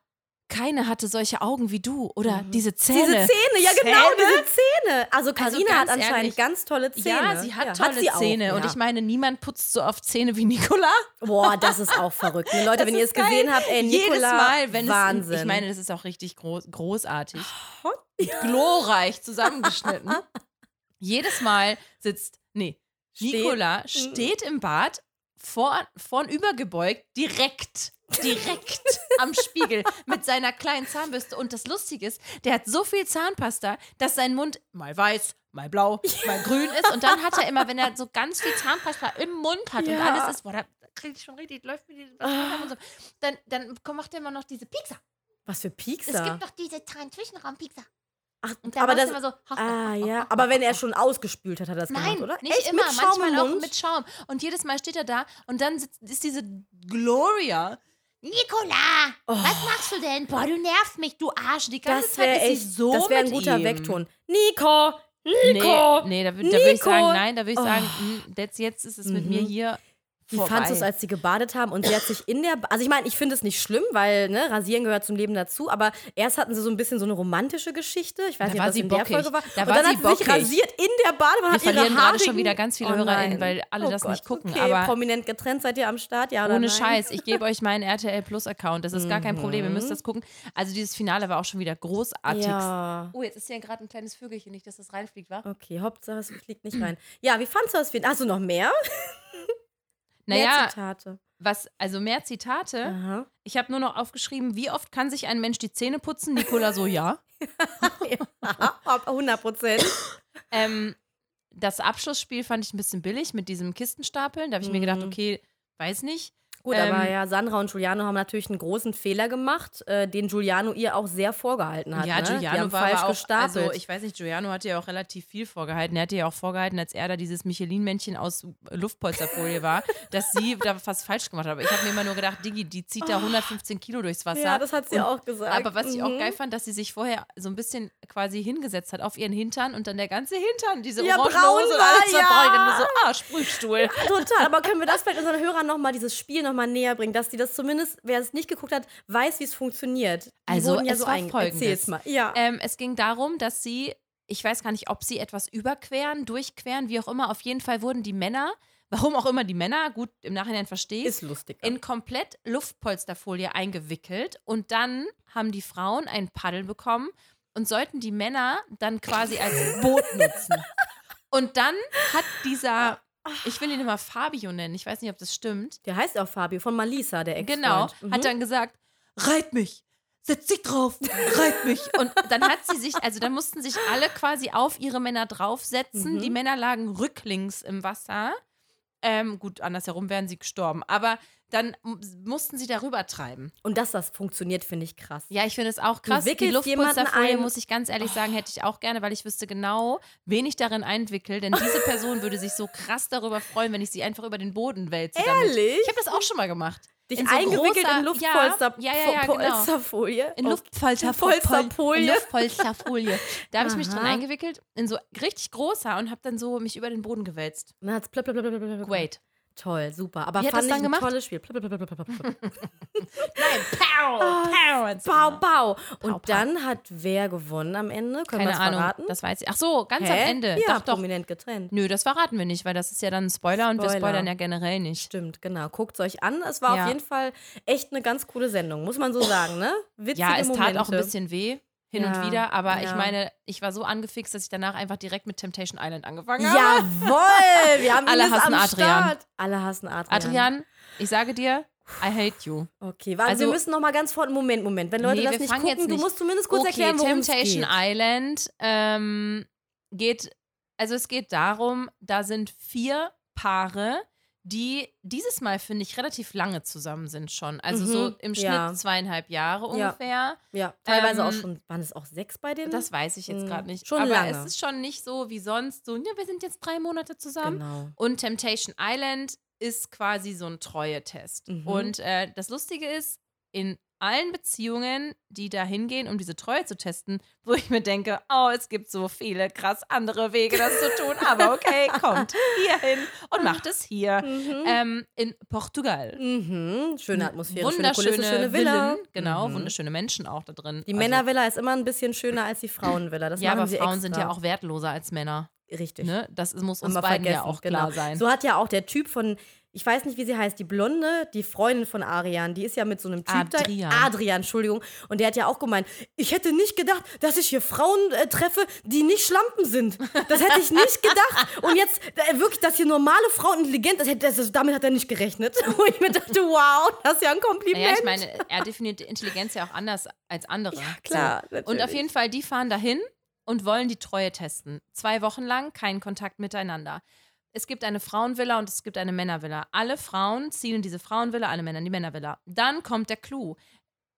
S2: keine hatte solche Augen wie du oder
S1: Mhm.
S2: diese
S1: diese
S2: Zähne.
S1: Zähne, ja genau,
S2: Zähne?
S1: diese Zähne. Also Karina hat
S2: ganz
S1: anscheinend
S2: ehrlich.
S1: ganz tolle Zähne.
S2: Ja, sie hat tolle
S1: sie auch,
S2: Zähne.
S1: ja.
S2: Und ich meine, niemand putzt so oft Zähne wie Nicola.
S1: Boah, das ist auch verrückt. Ne, Leute,
S2: Das
S1: wenn ihr
S2: ist
S1: es
S2: geil.
S1: gesehen habt, ey, Äh, Nicola,
S2: Jedes Mal, wenn
S1: Wahnsinn. Oh,
S2: es. Ich meine, das ist auch richtig groß, großartig. Glorreich zusammengeschnitten. Jedes Mal sitzt. Nee,
S1: Steht- Mhm.
S2: Nicola steht im Bad, vor, vorn übergebeugt, direkt. Direkt am Spiegel mit seiner kleinen Zahnbürste. Und das Lustige ist, der hat so viel Zahnpasta, dass sein Mund mal weiß, mal blau, mal grün ist. Und dann hat er immer, wenn er so ganz viel Zahnpasta im Mund hat und
S1: Ja. Ah.
S2: alles ist, boah, da kriege ich schon richtig, läuft mir die was runter und so. Dann, dann komm, macht er immer noch diese Pizza.
S1: was für
S2: Es
S1: Piekser.
S2: gibt noch diese Zahn-Zwischenraum-Pizza.
S1: Ach,
S2: Und da
S1: aber
S2: machst
S1: das,
S2: du immer so.
S1: ah ja, aber wenn er schon ausgespült hat, hat er das
S2: Nein,
S1: gemacht, oder?
S2: nicht
S1: Echt,
S2: immer.
S1: mit Schaum
S2: Manchmal
S1: im
S2: auch
S1: Mund?
S2: mit Schaum. Und jedes Mal steht er da und dann sitzt, ist diese Gloria. Nicola,
S1: Oh.
S2: was machst du denn? Boah, du nervst mich, du Arsch. Die ganze
S1: Das
S2: Zeit
S1: wäre
S2: ist sie
S1: echt,
S2: so
S1: das wäre ein
S2: mit
S1: guter
S2: ihm.
S1: Wegton. Nico, Nico.
S2: Nee, nee da, wür- da würde ich
S1: Nico!
S2: sagen, nein, da würde ich
S1: Oh.
S2: sagen, mm, that's, jetzt ist es mit mir
S1: Mhm.
S2: hier
S1: Wie
S2: vorbei.
S1: fandst du es, als sie gebadet haben und sie hat sich in der. Ba also, ich meine, ich finde es nicht schlimm, weil ne, Rasieren gehört zum Leben dazu, aber erst hatten sie so ein bisschen so eine romantische Geschichte. Ich weiß
S2: Da
S1: nicht,
S2: war
S1: ob das
S2: sie
S1: in
S2: bockig.
S1: der Folge war.
S2: Da
S1: und
S2: war
S1: dann
S2: sie
S1: hat sie
S2: bockig.
S1: sich rasiert in der Badewanne,
S2: Wir
S1: hat ihre
S2: verlieren gerade
S1: haarigen-
S2: schon wieder ganz viele
S1: oh
S2: HörerInnen,
S1: nein.
S2: weil alle
S1: oh
S2: das
S1: Gott,
S2: nicht gucken.
S1: Okay,
S2: aber
S1: prominent getrennt seid ihr am Start, ja oder
S2: ohne
S1: nein?
S2: Scheiß, ich gebe euch meinen RTL Plus Account. Das ist gar kein Problem. Ihr müsst das gucken. Also dieses Finale war auch schon wieder großartig.
S1: Mhm. Ja.
S2: Oh, jetzt ist hier gerade ein kleines Vögelchen, nicht, dass das reinfliegt, war?
S1: Okay, Hauptsache es fliegt nicht rein. Ja, wie fandst du das? Fin- Hast du noch mehr? mehr
S2: Naja,
S1: Zitate.
S2: was, also mehr Zitate.
S1: Aha.
S2: Ich habe nur noch aufgeschrieben, wie oft kann sich ein Mensch die Zähne putzen? Nicola so, ja.
S1: Ja, 100 Prozent.
S2: Ähm, das Abschlussspiel fand ich ein bisschen billig mit diesem Kistenstapeln. Da habe ich mir gedacht,
S1: Mhm.
S2: okay, weiß nicht.
S1: Gut,
S2: Ähm,
S1: aber ja, Sandra und Giuliano haben natürlich einen großen Fehler gemacht, äh, den Giuliano ihr auch sehr vorgehalten hat.
S2: ja,
S1: ne?
S2: Giuliano
S1: Die haben
S2: war
S1: falsch
S2: aber auch,
S1: gestapelt.
S2: also ich weiß nicht, Giuliano hat ja auch relativ viel vorgehalten. Er hatte ja auch vorgehalten, als er da dieses Michelin-Männchen aus Luftpolsterfolie war, dass sie da fast falsch gemacht hat. Aber ich habe mir immer nur gedacht, Digi, die zieht da 115 Kilo durchs Wasser.
S1: Oh. ja, das hat sie
S2: Und-
S1: auch gesagt.
S2: Aber was ich auch
S1: Mhm.
S2: geil fand, dass sie sich vorher so ein bisschen quasi hingesetzt hat auf ihren Hintern und dann der ganze Hintern, diese
S1: Ja,
S2: orange
S1: braun
S2: Hose und
S1: war,
S2: alles war
S1: ja.
S2: braun. Ich dachte mir so, ah, Sprühstuhl.
S1: Total, aber können wir das vielleicht unseren Hörern nochmal, dieses Spiel nochmal näher bringen, dass die das zumindest, wer es nicht geguckt hat, weiß, wie es funktioniert. Die
S2: Also,
S1: wurden ja
S2: es
S1: so
S2: war
S1: einge-
S2: Folgendes.
S1: Erzähl's mal. Ja.
S2: Ähm, es ging darum, dass sie, ich weiß gar nicht, ob sie etwas überqueren, durchqueren, wie auch immer. Auf jeden Fall wurden die Männer, warum auch immer die Männer, gut im Nachhinein verstehe ich,
S1: ist lustig.
S2: in komplett Luftpolsterfolie eingewickelt und dann haben die Frauen ein Paddel bekommen und sollten die Männer dann quasi als Boot nutzen. Und dann hat dieser, ich will ihn immer Fabio nennen, ich weiß nicht, ob das stimmt.
S1: Der heißt auch Fabio, von Malisa, der Ex-Freund.
S2: Genau,
S1: Mhm.
S2: hat dann gesagt, reit mich, setz dich drauf, reit mich. Und dann hat sie sich, also dann mussten sich alle quasi auf ihre Männer draufsetzen.
S1: Mhm.
S2: Die Männer lagen rücklings im Wasser. Ähm, gut, andersherum wären sie gestorben. Aber dann m- mussten sie darüber treiben.
S1: Und dass das funktioniert, finde ich krass.
S2: Ja, ich finde es auch krass. Die
S1: wickelst
S2: Luftpolsterfolie,
S1: jemanden ein.
S2: muss ich ganz ehrlich sagen, hätte ich auch gerne, weil ich wüsste genau, wen ich darin einwickel. Denn diese Person würde sich so krass darüber freuen, wenn ich sie einfach über den Boden wälze. damit.
S1: Ehrlich?
S2: Ich habe das auch schon mal gemacht.
S1: Dich
S2: in so
S1: eingewickelt
S2: großer-
S1: in Luftpolster
S2: Ja, ja, ja, ja, genau.
S1: Polsterfolie.
S2: In
S1: Oh.
S2: Luftpolsterfolie.
S1: Polsterfolie.
S2: In Luftpolsterfolie. Da habe ich mich drin
S1: Aha.
S2: eingewickelt, in so richtig großer und habe dann so mich über den Boden gewälzt.
S1: Und dann hat's blub, blub, blub, blub, blub.
S2: Great.
S1: Toll, super. Aber
S2: Wie hat
S1: fand
S2: das
S1: ich
S2: dann
S1: ein
S2: gemacht?
S1: tolles Spiel. Blub, blub, blub, blub, blub, blub.
S2: Nein, pow,
S1: Ah,
S2: pow. hat's
S1: Bau,
S2: gemacht.
S1: bau. Und
S2: pow.
S1: dann hat wer gewonnen am Ende? Können
S2: Keine
S1: wir das
S2: Ahnung,
S1: verraten?
S2: das weiß ich. Ach so, ganz am
S1: Hä?
S2: Ende.
S1: Ja,
S2: doch, doch.
S1: prominent getrennt.
S2: Nö, das verraten wir nicht, weil das ist ja dann ein Spoiler, und wir
S1: Spoiler.
S2: spoilern ja generell nicht.
S1: Stimmt, genau. Guckt euch an. Es war
S2: Ja.
S1: auf jeden Fall echt eine ganz coole Sendung, muss man so sagen, ne? Witzige
S2: ja, es
S1: Momente.
S2: tat auch ein bisschen weh. Hin
S1: Ja,
S2: und wieder, aber ich
S1: ja.
S2: meine, ich war so angefixt, dass ich danach einfach direkt mit Temptation Island angefangen habe.
S1: Jawohl! Wir haben
S2: Alle
S1: Ines
S2: hassen
S1: am
S2: Adrian.
S1: Start. Alle hassen Adrian.
S2: Adrian, ich sage dir, I hate you.
S1: Okay, warte,
S2: Also-
S1: wir müssen noch mal ganz vor. Moment, Moment. Wenn Leute
S2: Nee,
S1: das
S2: wir
S1: nicht
S2: fangen
S1: gucken,
S2: jetzt
S1: du
S2: nicht-
S1: musst zumindest kurz
S2: okay,
S1: erklären, worum es geht.
S2: Temptation Island ähm, geht, also es geht darum, da sind vier Paare, die dieses Mal, finde ich, relativ lange zusammen sind schon. Also
S1: Mhm,
S2: so im Schnitt
S1: ja.
S2: zweieinhalb Jahre
S1: Ja.
S2: ungefähr.
S1: Ja, teilweise auch
S2: Ähm,
S1: schon. Waren es auch sechs bei denen?
S2: Das weiß ich jetzt
S1: Mhm.
S2: gerade nicht.
S1: Schon
S2: aber
S1: lange.
S2: es ist schon nicht so wie sonst, so, ja, wir sind jetzt drei Monate zusammen.
S1: Genau.
S2: Und Temptation Island ist quasi so ein Treue-Test.
S1: Mhm.
S2: Und äh, das Lustige ist, in allen Beziehungen, die da hingehen, um diese Treue zu testen, wo ich mir denke, oh, es gibt so viele krass andere Wege, das zu tun, aber okay, kommt hierhin und macht es hier.
S1: Ah. Mhm.
S2: Ähm, in Portugal.
S1: mhm. Schöne Atmosphäre,
S2: wunderschöne
S1: schöne Kulisse, schöne Villa.
S2: Villen, genau,
S1: Mhm.
S2: wunderschöne Menschen auch da drin. Also,
S1: Die Männervilla ist immer ein bisschen schöner als die Frauenvilla. Das
S2: ja,
S1: machen
S2: aber
S1: sie
S2: Frauen
S1: extra.
S2: sind ja auch wertloser als Männer.
S1: richtig.
S2: Ne? Das muss
S1: Haben
S2: uns
S1: wir
S2: beiden ja
S1: vergessen,
S2: auch
S1: genau.
S2: klar sein.
S1: So hat ja auch der Typ von, ich weiß nicht, wie sie heißt, die Blonde, die Freundin von Arian, die ist ja mit so einem Typ
S2: Adrian.
S1: da. Adrian, Entschuldigung. Und der hat ja auch gemeint, ich hätte nicht gedacht, dass ich hier Frauen äh, treffe, die nicht Schlampen sind. Das hätte ich nicht gedacht. Und jetzt äh, wirklich, dass hier normale Frauen intelligent sind, das, das, damit hat er nicht gerechnet. Wo ich mir dachte, wow, das ist ja ein Kompliment.
S2: Naja, ich meine, er definiert Intelligenz ja auch anders als andere. Ja,
S1: Klar,
S2: So. Und auf
S1: natürlich.
S2: jeden Fall, die fahren dahin und wollen die Treue testen. Zwei Wochen lang keinen Kontakt miteinander. Es gibt eine Frauenvilla und es gibt eine Männervilla. Alle Frauen ziehen in diese Frauenvilla, alle Männer in die Männervilla. Dann kommt der Clou.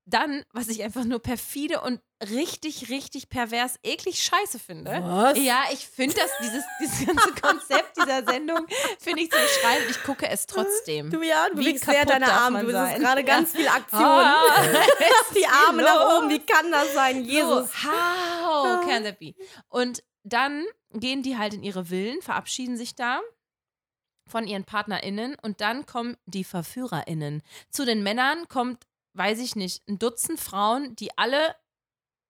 S2: Dann, was ich einfach nur perfide und richtig, richtig pervers, eklig scheiße finde.
S1: Was?
S2: Ja, ich finde das, dieses, dieses ganze Konzept dieser Sendung, finde ich zu beschreiben. Ich gucke es trotzdem.
S1: Du ja, du
S2: Wie
S1: bewegst sehr
S2: kaputt
S1: deine
S2: darf
S1: Arme.
S2: man
S1: Du bist
S2: sein?
S1: gerade ganz viel Aktion.
S2: Ah,
S1: die Arme
S2: viel
S1: nach oben, wie kann das sein? Jesus.
S2: Genau.
S1: Ah.
S2: So, how can that be? Und dann gehen die halt in ihre Villen, verabschieden sich da von ihren PartnerInnen und dann kommen die VerführerInnen. Zu den Männern kommt, weiß ich nicht, ein Dutzend Frauen, die alle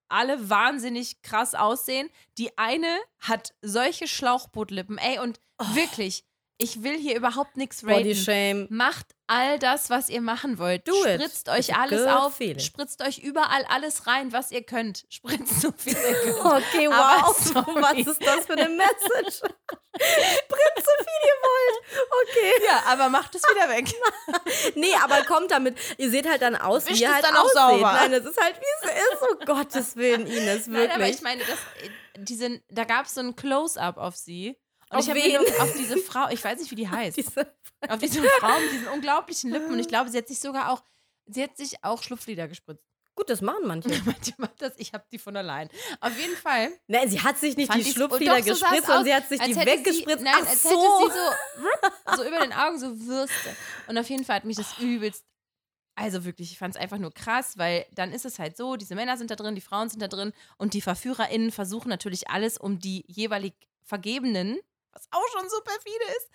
S2: alle wahnsinnig krass aussehen. Die eine hat solche Schlauchbootlippen. Ey, und
S1: Oh.
S2: wirklich, ich will hier überhaupt nichts
S1: Body
S2: raten.
S1: Shame.
S2: Macht all das, was ihr machen wollt.
S1: Do it.
S2: spritzt euch
S1: It's a
S2: alles
S1: good
S2: auf,
S1: feeling.
S2: spritzt euch überall alles rein, was ihr könnt. Spritzt so viel ihr könnt.
S1: Okay,
S2: Aber
S1: wow.
S2: sorry.
S1: Was ist das für eine Message? Spritzt so viel ihr wollt.
S2: Ja, aber macht es wieder weg.
S1: Okay. Nee, aber kommt damit. Ihr seht halt dann aus,
S2: Wischt
S1: wie ihr
S2: es
S1: halt
S2: dann auch
S1: aussieht.
S2: sauber.
S1: Nein, es ist halt, wie es ist. Oh Gottes Willen, Ines, wirklich.
S2: Nein, aber ich meine, das, diese, da gab es so ein Close-Up auf sie. Und
S1: Auf
S2: ich habe
S1: wen?
S2: mir nur auf diese Frau, ich weiß nicht, wie die heißt,
S1: Diese-
S2: auf diese Frau mit diesen unglaublichen Lippen. Und ich glaube, sie hat sich sogar auch, sie hat sich auch Schlupflider gespritzt.
S1: Gut, das machen manche.
S2: Manche macht das, ich habe die von allein. Auf jeden Fall.
S1: Nein, sie hat sich nicht
S2: fand
S1: die
S2: ich's-
S1: Schlupflieder
S2: doch, so sah's
S1: gespritzt, sondern
S2: aus,
S1: sie hat sich
S2: als
S1: die
S2: hätte
S1: weggespritzt.
S2: Sie, nein,
S1: Ach
S2: als
S1: so.
S2: hätte sie so, rupp, so über den Augen so Würste. Und auf jeden Fall hat mich das
S1: Oh.
S2: übelst. Also wirklich, ich fand es einfach nur krass, weil dann ist es halt so, diese Männer sind da drin, die Frauen sind da drin und die VerführerInnen versuchen natürlich alles, um die jeweilig Vergebenen, was auch schon super viele ist,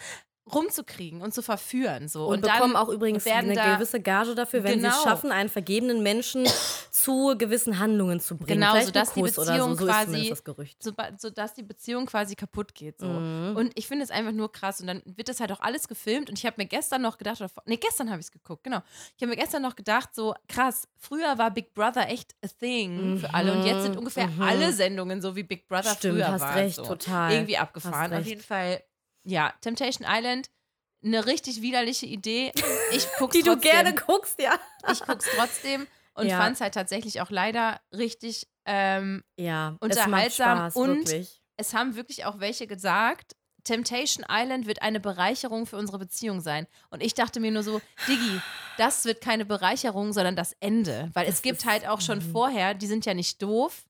S2: rumzukriegen und zu verführen. So.
S1: Und,
S2: dann-
S1: bekommen auch übrigens
S2: werden
S1: eine
S2: da-
S1: gewisse Gage dafür, wenn sie es
S2: Genau.
S1: schaffen, einen vergebenen Menschen zu gewissen Handlungen zu bringen.
S2: Genau,
S1: Vielleicht
S2: sodass
S1: einen
S2: die
S1: Kuss oder so.
S2: Beziehung
S1: so ist
S2: quasi-
S1: zumindest das Gerücht.
S2: so, sodass die Beziehung quasi kaputt geht. So.
S1: Mhm.
S2: Und ich finde es einfach nur krass. Und dann wird das halt auch alles gefilmt. Und ich habe mir gestern noch gedacht, oder, vor- nee, gestern habe ich es geguckt, genau. Ich habe mir gestern noch gedacht, so krass, früher war Big Brother echt a thing für alle. Und jetzt sind ungefähr
S1: mhm.
S2: alle Sendungen so wie Big Brother
S1: Stimmt,
S2: früher
S1: hast
S2: war.
S1: recht,
S2: so.
S1: total.
S2: Irgendwie abgefahren.
S1: Hast
S2: Auf
S1: recht.
S2: jeden Fall, ja, Temptation Island, eine richtig widerliche Idee. Ich gucke
S1: die du
S2: trotzdem.
S1: gerne guckst, ja.
S2: Ich gucke es trotzdem. Und
S1: Ja.
S2: fand es halt tatsächlich auch leider richtig ähm,
S1: Ja, es macht
S2: Unterhaltsam
S1: Spaß,
S2: und-
S1: wirklich.
S2: es haben wirklich auch welche gesagt, Temptation Island wird eine Bereicherung für unsere Beziehung sein. Und ich dachte mir nur so, Diggi, das wird keine Bereicherung, sondern das Ende. Weil es gibt halt auch
S1: mhm.
S2: schon vorher, die sind ja nicht doof,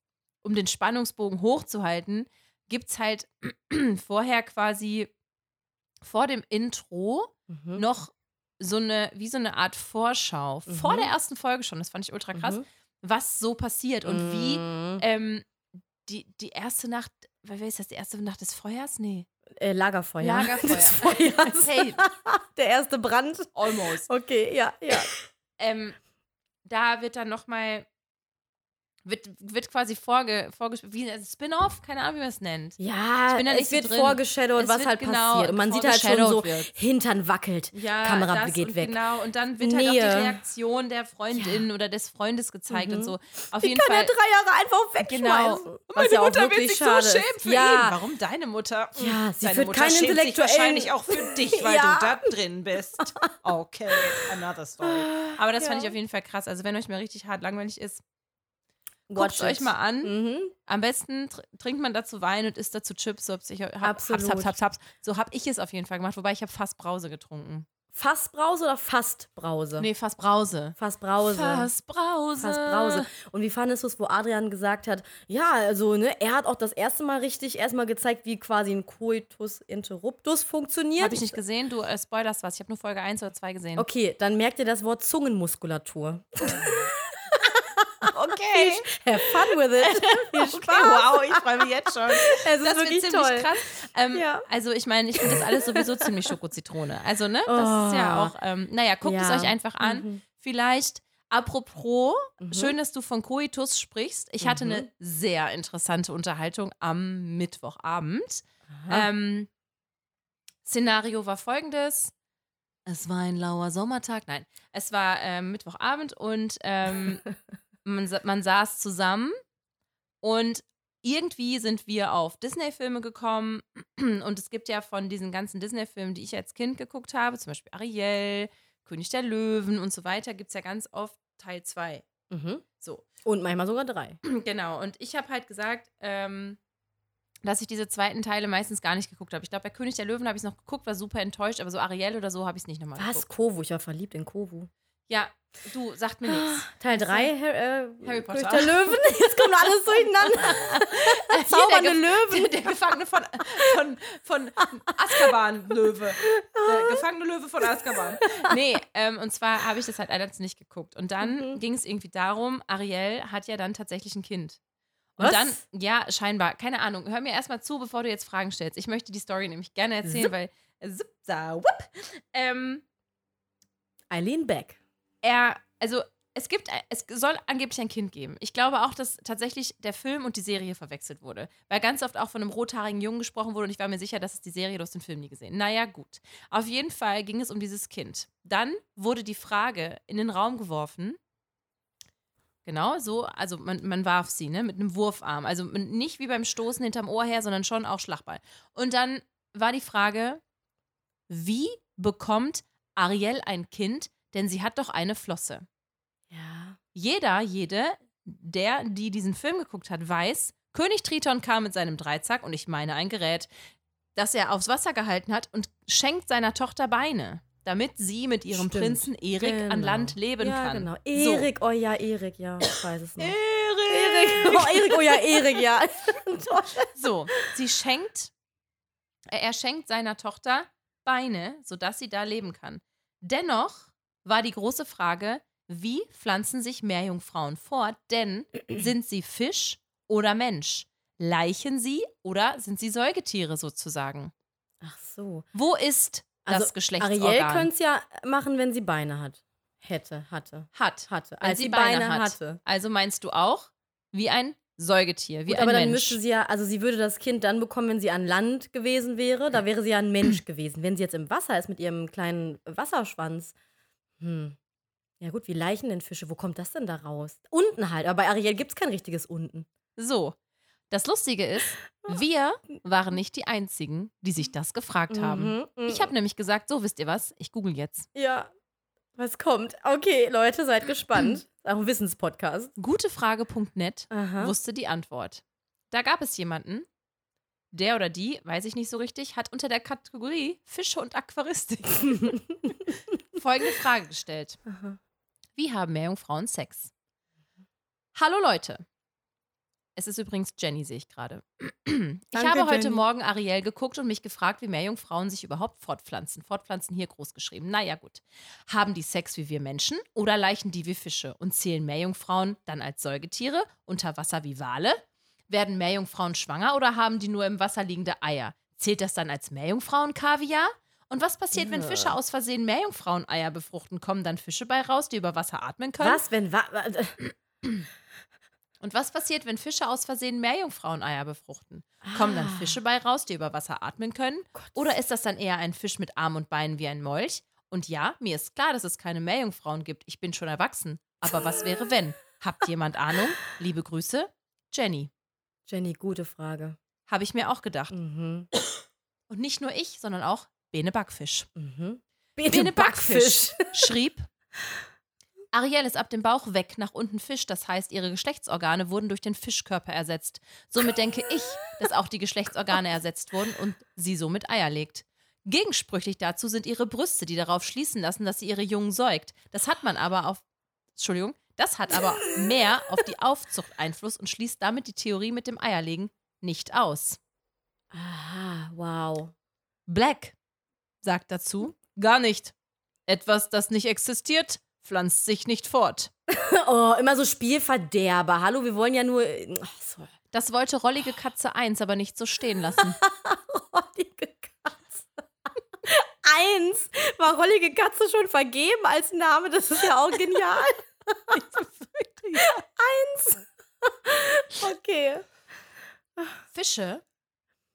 S2: um den Spannungsbogen hochzuhalten, gibt es halt vorher quasi vor dem Intro
S1: Mhm.
S2: noch so eine, wie so eine Art Vorschau. Vor
S1: Mhm.
S2: der ersten Folge schon, das fand ich ultra krass,
S1: Mhm.
S2: was so passiert und wie
S1: Mhm.
S2: ähm, die, die erste Nacht, wer wer ist das, die erste Nacht des Feuers? Nee.
S1: Äh, Lagerfeuer.
S2: Lagerfeuer.
S1: Des Feuers.
S2: Hey,
S1: Der erste Brand.
S2: almost.
S1: Okay, ja, ja.
S2: Ähm, da wird dann nochmal, wird, wird quasi vorge, vorgespielt, wie ein Spin-off, keine Ahnung, wie man es nennt.
S1: Ja,
S2: Ich bin da nicht
S1: es
S2: so
S1: wird
S2: drin.
S1: vorgeschadowt,
S2: Es
S1: was
S2: wird
S1: halt
S2: genau
S1: passiert. Und man sieht halt schon so,
S2: vorgeschadowt wird.
S1: Hintern wackelt.
S2: Ja,
S1: Kamera
S2: das
S1: geht
S2: und
S1: weg.
S2: Genau, und dann wird halt auch die
S1: Nähe.
S2: Reaktion der Freundin oder des Freundes gezeigt und so. Auf jeden
S1: Mhm. Kann halt
S2: Fall.
S1: er drei Jahre einfach wegschmeißen.
S2: Genau.
S1: Was ja auch wirklich schade ist. ja.
S2: Warum deine Mutter? Hm,
S1: Ja, sie
S2: deine
S1: führt
S2: Mutter
S1: keinen
S2: schämt sich
S1: intellektuellen-
S2: wahrscheinlich auch für dich, weil
S1: Ja.
S2: du da drin bist. Okay, another story. Aber das fand ich auf jeden Fall krass. Also wenn euch mal richtig hart langweilig ist, guckt
S1: Watch
S2: euch
S1: it.
S2: mal an.
S1: Mhm.
S2: Am besten tr trinkt man dazu Wein und isst dazu Chips. So hab's ich, hab,
S1: Absolut.
S2: Hab's, hab's, hab's, hab's. So habe ich es auf jeden Fall gemacht. Wobei ich habe fast Brause getrunken.
S1: Fassbrause oder Fastbrause?
S2: Nee, fast Brause.
S1: Fassbrause.
S2: Fast Brause.
S1: Fast Brause. Und wie fandest du es, wo Adrian gesagt hat, ja, also, ne, er hat auch das erste Mal richtig erstmal gezeigt, wie quasi ein Coitus Interruptus funktioniert.
S2: Habe ich nicht gesehen. Du äh, spoilerst was. Ich habe nur Folge 1 oder 2 gesehen.
S1: Okay, dann merkt ihr das Wort Zungenmuskulatur.
S2: Okay.
S1: Have fun with it. Viel Spaß.
S2: Wow, ich freue mich jetzt schon.
S1: Es ist
S2: Das wird
S1: wirklich
S2: ziemlich
S1: toll.
S2: krass. Ähm,
S1: Ja.
S2: Also ich meine, ich finde das alles sowieso ziemlich Schokozitrone. Also ne, das ist ja
S1: Oh.
S2: auch, ähm, naja, guckt es
S1: Ja.
S2: euch einfach an. Vielleicht, apropos, schön, dass du von Coitus sprichst. Ich hatte
S1: Mhm.
S2: eine sehr interessante Unterhaltung am Mittwochabend.
S1: Ah.
S2: Ähm, Szenario war folgendes. Es war ein lauer Sommertag. Nein, es war ähm, Mittwochabend und ähm, man, sa- man saß zusammen und irgendwie sind wir auf Disney-Filme gekommen und es gibt ja von diesen ganzen Disney-Filmen, die ich als Kind geguckt habe, zum Beispiel Ariel, König der Löwen und so weiter, gibt es ja ganz oft Teil 2.
S1: Mhm.
S2: So,
S1: Und manchmal sogar drei.
S2: genau. Und ich habe halt gesagt, ähm, dass ich diese zweiten Teile meistens gar nicht geguckt habe. Ich glaube, bei König der Löwen habe ich es noch geguckt, war super enttäuscht, aber so Ariel oder so habe ich es nicht nochmal
S1: Was?
S2: geguckt.
S1: Kovu? Ich war verliebt in Kovu.
S2: Ja, du, sagt mir nichts.
S1: Teil 3, Harry, äh,
S2: Harry Potter.
S1: König der Löwen. Jetzt kommt alles durcheinander. Zaubernde
S2: Hier,
S1: Löwen.
S2: Der, der Gefangene von, von, von Azkaban-Löwe.
S1: Ah.
S2: Der gefangene Löwe von Azkaban. Nee, ähm, und zwar habe ich das halt alles nicht geguckt. Und dann
S1: Mhm.
S2: ging es irgendwie darum, Ariel hat ja dann tatsächlich ein Kind. Und
S1: Was?
S2: dann, ja, scheinbar, keine Ahnung. Hör mir erstmal zu, bevor du jetzt Fragen stellst. Ich möchte die Story nämlich gerne erzählen, weil. Zip, za, wupp. Ähm,
S1: Eileen Beck.
S2: er, also es gibt, es soll angeblich ein Kind geben. Ich glaube auch, dass tatsächlich der Film und die Serie verwechselt wurde. Weil ganz oft auch von einem rothaarigen Jungen gesprochen wurde und ich war mir sicher, das ist die Serie, du hast den Film nie gesehen. Naja, gut. Auf jeden Fall ging es um dieses Kind. Dann wurde die Frage in den Raum geworfen. Genau, so, also man, man warf sie, ne, mit einem Wurfarm. Also mit- nicht wie beim Stoßen hinterm Ohr her, sondern schon auch Schlagball. Und dann war die Frage, wie bekommt Ariel ein Kind, denn sie hat doch eine Flosse.
S1: Ja.
S2: Jeder, jede, der, die diesen Film geguckt hat, weiß, König Triton kam mit seinem Dreizack und ich meine ein Gerät, das er aufs Wasser gehalten hat und schenkt seiner Tochter Beine, damit sie mit ihrem
S1: Stimmt.
S2: Prinzen Erik an
S1: Genau.
S2: Land leben
S1: ja,
S2: kann.
S1: genau.
S2: So.
S1: Erik, oh ja, Erik, ja. Ich weiß es noch.
S2: Erik!
S1: Erik, oh, Erik, oh ja, Erik, ja.
S2: So, sie schenkt, äh, er schenkt seiner Tochter Beine, sodass sie da leben kann. Dennoch war die große Frage, wie pflanzen sich Meerjungfrauen fort? Denn sind sie Fisch oder Mensch? Leichen sie oder sind sie Säugetiere sozusagen?
S1: Ach so.
S2: Wo ist das
S1: Also, Ariel
S2: Geschlechtsorgan?
S1: könnte es ja machen, wenn sie Beine hat. Hätte, hatte.
S2: hat.
S1: Hatte.
S2: Wenn
S1: Als
S2: sie
S1: sie
S2: Beine
S1: Beine,
S2: hat.
S1: hatte.
S2: Also meinst du auch wie ein Säugetier, wie
S1: Gut,
S2: ein
S1: aber dann
S2: Mensch?
S1: müsste sie ja, also sie würde das Kind dann bekommen, wenn sie an Land gewesen wäre. Da wäre sie ja ein Mensch gewesen. Wenn sie jetzt im Wasser ist mit ihrem kleinen Wasserschwanz. Hm. Ja gut, wie Leichen denn Fische? Wo kommt das denn da raus? Unten halt. Aber bei Ariel gibt es kein richtiges Unten.
S2: So, das Lustige ist, wir waren nicht die Einzigen, die sich das gefragt haben.
S1: Mhm, mhm.
S2: Ich habe nämlich gesagt, so wisst ihr was, ich google jetzt.
S1: Ja. Was kommt? Okay, Leute, seid gespannt. Auch ein Wissenspodcast.
S2: Gutefrage.net
S1: Aha.
S2: wusste die Antwort. Da gab es jemanden, Der oder die, weiß ich nicht so richtig, hat unter der Kategorie Fische und Aquaristik folgende Frage gestellt.
S1: Aha.
S2: Wie haben Meerjungfrauen Sex? Hallo Leute. Es ist übrigens Jenny, sehe ich gerade. Ich
S1: Danke,
S2: habe heute
S1: Jenny.
S2: Morgen Ariel geguckt und mich gefragt, wie Meerjungfrauen sich überhaupt fortpflanzen. Fortpflanzen hier groß geschrieben. Naja, gut. Haben die Sex wie wir Menschen oder leichen die wie Fische und zählen Meerjungfrauen dann als Säugetiere, unter Wasser wie Wale? Werden Meerjungfrauen schwanger oder haben die nur im Wasser liegende Eier? Zählt das dann als Meerjungfrauen-Kaviar? Und was passiert, wenn
S1: Ja.
S2: Fische aus Versehen Meerjungfrauen-Eier befruchten? Kommen dann Fische bei raus, die über Wasser atmen können?
S1: Was, wenn. Wa wa- äh,
S2: Und was passiert, wenn Fische aus Versehen Meerjungfraueneier befruchten? Kommen dann
S1: Ah.
S2: Fische bei raus, die über Wasser atmen können?
S1: Gott.
S2: Oder ist das dann eher ein Fisch mit Arm und Beinen wie ein Molch? Und ja, mir ist klar, dass es keine Meerjungfrauen gibt. Ich bin schon erwachsen. Aber was wäre, wenn? Habt jemand Ahnung? Liebe Grüße, Jenny.
S1: Jenny, gute Frage.
S2: Habe ich mir auch gedacht.
S1: Mhm.
S2: Und nicht nur ich, sondern auch Bene Backfisch.
S1: Mhm.
S2: Bene Backfisch schrieb, Ariel ist ab dem Bauch weg nach unten Fisch, das heißt, ihre Geschlechtsorgane wurden durch den Fischkörper ersetzt. Somit denke ich, dass auch die Geschlechtsorgane ersetzt wurden und sie somit Eier legt. Gegensprüchlich dazu sind ihre Brüste, die darauf schließen lassen, dass sie ihre Jungen säugt. Das hat man aber auf Entschuldigung, das hat aber mehr auf die Aufzucht Einfluss und schließt damit die Theorie mit dem Eierlegen nicht aus.
S1: Aha, wow.
S2: Black sagt dazu, gar nicht. Etwas, das nicht existiert, pflanzt sich nicht fort.
S1: Oh, immer so Spielverderber. Hallo, wir wollen ja nur. Ach, so.
S2: Das wollte Rollige Katze 1 aber nicht so stehen lassen.
S1: Rollige Katze. Eins. War Rollige Katze schon vergeben als Name? Das ist ja auch genial. Okay.
S2: Fische,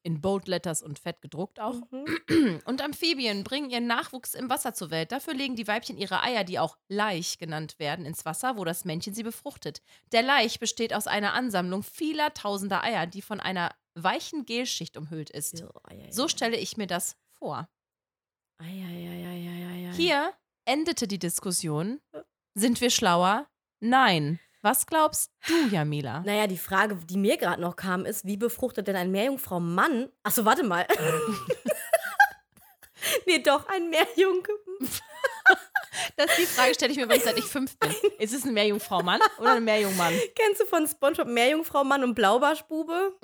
S2: in Bold Letters und fett gedruckt auch,
S1: Mhm.
S2: Hm. und Amphibien bringen ihren Nachwuchs im Wasser zur Welt. Dafür legen die Weibchen ihre Eier, die auch Laich genannt werden, ins Wasser, wo das Männchen sie befruchtet. Der Laich besteht aus einer Ansammlung vieler tausender Eier, die von einer weichen Gelschicht umhüllt ist.
S1: oh,
S2: So stelle ich mir das vor.
S1: Hier.
S2: Hier endete die Diskussion. Sind wir schlauer? Nein. Was glaubst du, Jamila?
S1: Naja, die Frage, die mir gerade noch kam, ist, wie befruchtet denn ein Meerjungfrau Mann? Achso, warte mal. nee, doch, ein Meerjung.
S2: Das, die Frage stelle ich mir übrigens, seit ich fünf bin. Ist es ein Meerjungfrau-Mann oder ein Meerjungmann?
S1: Kennst du von Spongebob Meerjungfrau Mann und Blaubarschbube?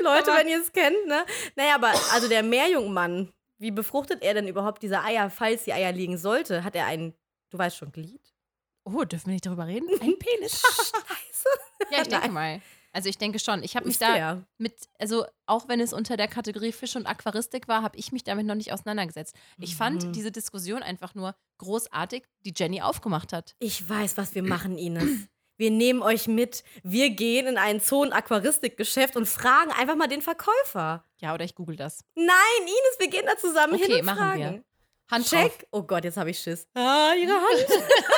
S1: Leute, wenn ihr es kennt, ne? Naja, aber also der Meerjungmann, wie befruchtet er denn überhaupt diese Eier, falls die Eier liegen sollte? Hat er ein, du weißt schon, Glied?
S2: Oh, dürfen wir nicht darüber reden? Ein Penis.
S1: Scheiße.
S2: Ja, Ah, ich denke mal. Also ich denke schon. Ich habe mich
S1: Ist
S2: da
S1: der?
S2: mit, also auch wenn es unter der Kategorie Fisch und Aquaristik war, habe ich mich damit noch nicht auseinandergesetzt. Ich
S1: Mhm.
S2: fand diese Diskussion einfach nur großartig, die Jenny aufgemacht hat.
S1: Ich weiß, was wir machen, Ines. Wir nehmen euch mit. Wir gehen in ein Zoo- und Aquaristikgeschäft und fragen einfach mal den Verkäufer.
S2: Ja, oder ich google das.
S1: Nein, Ines, wir gehen da zusammen hin
S2: Okay,
S1: und
S2: machen
S1: fragen.
S2: wir. Hand
S1: Check.
S2: Auf.
S1: Oh Gott, jetzt habe ich Schiss. Ah, ihre Hand.